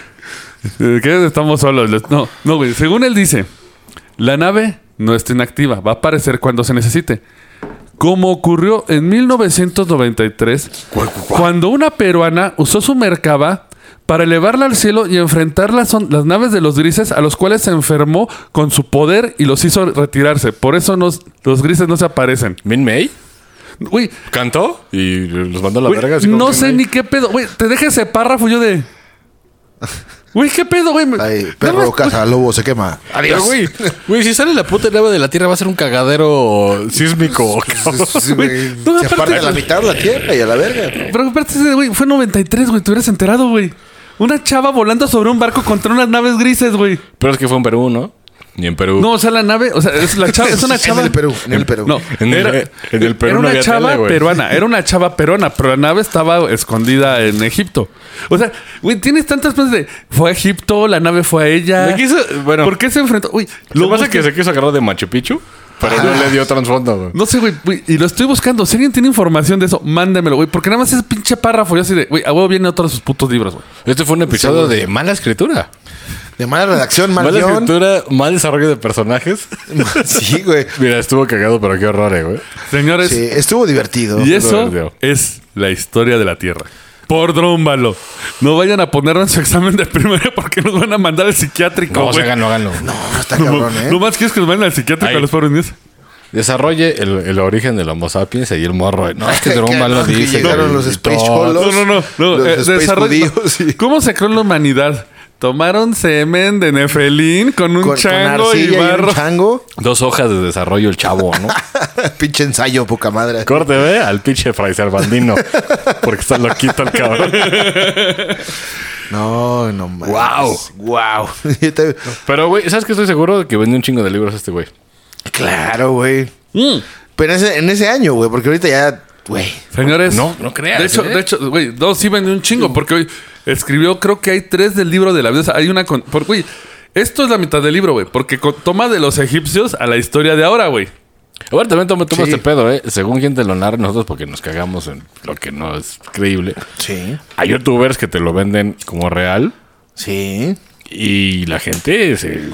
Eh, ¿Qué? Estamos solos. Les- No, no, güey. Según él dice, la nave no está inactiva. Va a aparecer cuando se necesite. Como ocurrió en 1993, cuando una peruana usó su mercaba para elevarla al cielo y enfrentar las, on- las naves de los grises, a los cuales se enfermó con su poder y los hizo retirarse. Por eso nos- los grises no se aparecen.
Min May
Güey,
cantó y los mandó a la
Güey,
verga. así como
no
Min
sé
May.
ni qué pedo. Güey, te deja ese párrafo yo de. Güey, qué pedo, güey. Me-
Ay,
Nada
perro,
más-
casa, lobo, se quema.
Adiós. Güey, güey, si sale la puta nave de la Tierra va a ser un cagadero <laughs> sísmico. cabrón.
pues, Sí,
<laughs>
güey.
no,
se
aparte-
parte a la mitad de la tierra y a la verga.
Pero aparte, ese, güey, fue 93, güey. Te hubieras enterado, güey. Una chava volando sobre un barco contra unas naves grises, güey.
Pero es que fue en Perú, ¿no? Ni en Perú.
No, o sea, la nave, o sea, es, la chava, es una chava.
<laughs> En el Perú, en el Perú.
No,
En el-
era,
en el Perú
era
no
una
había
chava
tele, güey.
peruana, era una chava peruana, pero la nave estaba escondida en Egipto. O sea, güey, tienes tantas cosas de fue a Egipto, la nave fue a ella.
Le quiso- bueno.
¿Por qué se enfrentó? Uy,
Lo que pasa es que
busqué-
eh, se quiso agarrar de Machu Picchu, pero no le dio trasfondo, güey.
No sé, güey, güey, y lo estoy buscando. Si alguien tiene información de eso, mándemelo, güey. Porque nada más ese pinche párrafo, yo así de, güey, a huevo viene otro de sus putos libros, güey.
Este fue un episodio de mala escritura.
De mala redacción, mal
mala
guión.
escritura, mal desarrollo de personajes.
<laughs> Sí, güey.
Mira, estuvo cagado, pero qué horror, eh, güey.
Señores,
Sí, estuvo divertido.
Pues, y eso
Dios.
es la historia de la Tierra. Por drúmbalo. No vayan a ponernos su examen de primaria porque nos van a mandar al psiquiátrico,
No, o
güey.
sea, háganlo, háganlo.
No, está cabrón, ¿eh?
No más quieres que nos manden al psiquiátrico
Ay.
a los pobres niños.
Desarrolle el, el origen del Homo sapiens y el morro. eh. No, <laughs>
este
<laughs>
es que
Que-
Drumba
que
lo dice.
llegaron
güey,
los
y
Space
todo.
Polos.
No, no, no. no,
los
eh,
Space
desarrollo-
judíos y-
¿Cómo se creó la humanidad? Tomaron semen de nefelín con un
Con, con
chango
arcilla
y
y
barro.
un chango. <laughs>
Dos hojas de desarrollo el chavo, ¿no?
Pinche ensayo, poca madre.
Corte, ve, al pinche Fraiser Bandino. Porque está loquito el cabrón.
No, no mames.
Guau.
<laughs> Wow.
Pero, güey, ¿sabes qué? Estoy seguro de que vende un chingo de libros este güey.
claro, güey.
Mm.
Pero ese- en ese año, güey, porque ahorita ya, güey.
Señores.
No, no creas,
De hecho,
¿eh?
de hecho, güey, no, sí vendió un chingo porque hoy escribió, creo que hay tres del libro de la vida. O sea, hay una con. por- Güey, esto es la mitad del libro, güey, porque con- toma de los egipcios a la historia de ahora, güey.
Ahora también toma, toma
Sí.
este pedo, ¿eh? Según quien te lo narra, nosotros porque nos cagamos en lo que no es creíble.
Sí.
Hay youtubers que te lo venden como real
Sí.
y la gente se...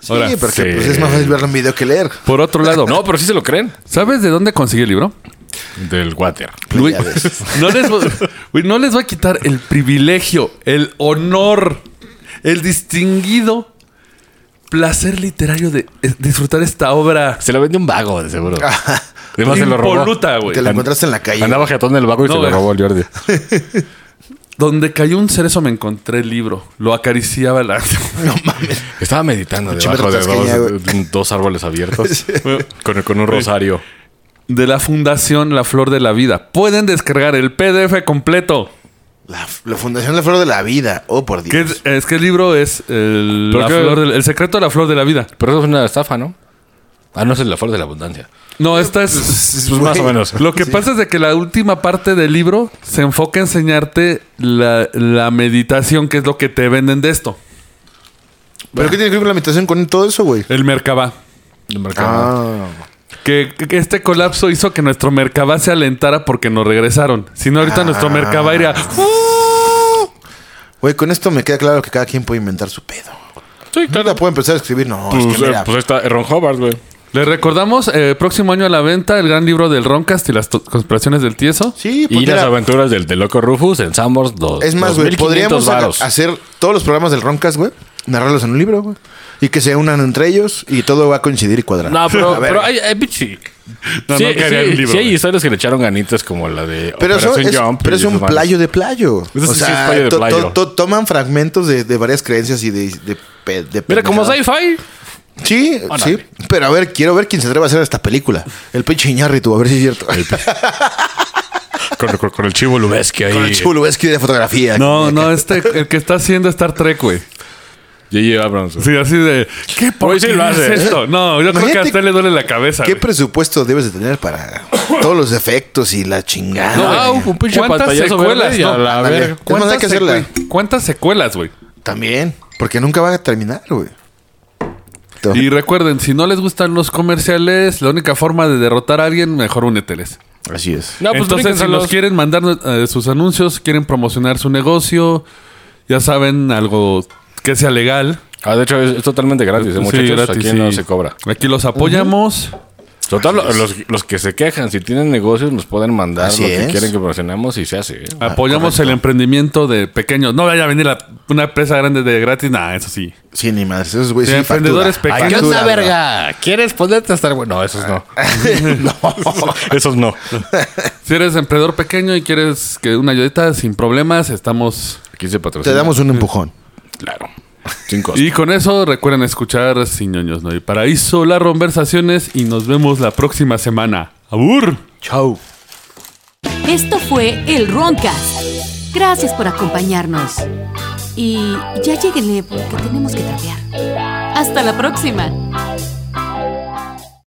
Sí,
Ahora,
porque
sí.
pues, es más fácil verlo en video que leer. <laughs>
Por otro lado,
<laughs> No, pero sí se lo creen.
¿sabes de dónde conseguí el libro?
Del water.
Güey, <laughs> no, les voy, güey, no les voy a quitar el privilegio, el honor, el distinguido placer literario de eh, disfrutar esta obra.
Se lo vende un vago, de seguro. Además se lo robó.
Impoluta, güey.
Ah, Te lo
And-
encontraste en la calle.
Andaba jetón el vago y
No,
se lo
güey.
robó el Jordi.
Donde cayó un cerezo me encontré el libro. Lo acariciaba la...
<laughs> No mames.
Estaba meditando
Pinche
debajo de
metro tasqueña,
dos, dos árboles <laughs> abiertos con, con un rosario.
De la Fundación La Flor de la Vida. Pueden descargar el PDF completo.
La, la Fundación La Flor de la Vida. Oh, por
Que
Dios.
es, es que el libro es el,
¿Pero
la
qué?
flor del- el secreto de la Flor de la Vida.
Pero eso es una estafa, ¿no? Ah, no, esa es la flor de la abundancia.
No, esta es...
Pues,
Pues
güey,
más o menos.
Lo que pasa es de que la última parte del libro se enfoca a enseñarte la, la meditación, que es lo que te venden de esto.
¿Pero qué tiene que ver la meditación con todo eso, güey?
El Merkabah.
El mercado.
Ah.
Que, que este colapso hizo que nuestro Merkabah se alentara porque nos regresaron. Si no, ahorita nuestro Merkabah iría...
Güey, con esto me queda claro que cada quien puede inventar su pedo.
Sí,
Nunca puedo empezar a escribir. No,
Pues,
es que
eh,
mira,
pues ahí está Ron Hobart, güey.
Les recordamos, eh, próximo año a la venta, el gran libro del Roncast y las to- conspiraciones del Tieso.
Sí,
Y
porque
las
era-
aventuras del, del Loco Rufus en Sambors 2.
Es más, güey, podríamos haga- hacer todos los programas del Roncast, güey, narrarlos en un libro, güey. Y que se unan entre ellos y todo va a coincidir y cuadrar.
No,
A
pero,
ver,
pero hay, hay pichi.
No,
sí,
no quería
sí,
el libro,
sí hay
güey.
historias que le echaron ganitas como la de
Pero eso
Operación
es,
Jump
pero
y
es un
esas madres.
playo de playo.
Eso
o
sí
sea,
es playo de
to-
playo.
to- to- toman fragmentos de, de varias creencias y de... de pe- de
Mira, como
pendejadas.
sci-fi.
Sí, sí. Pero a ver, quiero ver quién se atreve a hacer esta película. El pinche Iñárritu, a ver si es cierto.
Con, con- con el chivo Lubeski ahí.
<laughs> Con el chulo, es que de fotografía.
No, no, este, el que está haciendo Star Trek, güey.
J.J. Abrams.
Sí, así de. ¿Qué por
Güey, sí
qué
lo hace.
es esto? No, yo creo que a
Imagínate-
usted le duele la cabeza.
¿Qué
güey.
presupuesto debes de tener para todos los efectos y la chingada?
No,
güey?
güey.
un pinche pantallazo verde y a la
Ándale.
verga. Es más,
¿Cuántas,
hay que hacerla.
secue- cuántas secuelas, güey?
También, porque nunca va a terminar, güey.
Y recuerden, si no les gustan los comerciales, la única forma de derrotar a alguien, mejor úneteles.
Así es.
No, pues
Entonces, si
brínquenselos.
nos quieren mandar eh, sus anuncios, quieren promocionar su negocio, ya saben, algo que sea legal.
Ah, de hecho, es, es totalmente gratis, eh,
Sí,
muchachos.
gratis,
Aquí no
sí.
se cobra.
Aquí los apoyamos.
Total, lo- los, los que se quejan, si tienen negocios, nos pueden mandar
Así
lo que
es.
quieren que promocionemos y se hace. eh.
<laughs> Apoyamos el emprendimiento de pequeños. No vaya a venir la- una empresa grande de gratis. Nada, eso sí.
Sí, ni más. Esos güeyes
Sí,
sí,
emprendedores
factura.
pequeños.
¿Qué
Ay,
onda,
Factura,
verga? ¿Quieres ponerte a estar bueno? No, esos no. esos no.
Si eres emprendedor pequeño y quieres que una ayudita sin problemas, estamos
Aquí se
Te
patrocina.
damos un empujón.
Claro. Sin costo.
Y con eso recuerden escuchar Sin ñoños no hay paraíso, las conversaciones y nos vemos la próxima semana. ¡Abur!
Chau.
Esto fue el Roncast. Gracias por acompañarnos. Y ya lleguenle porque tenemos que trapear. Hasta la próxima.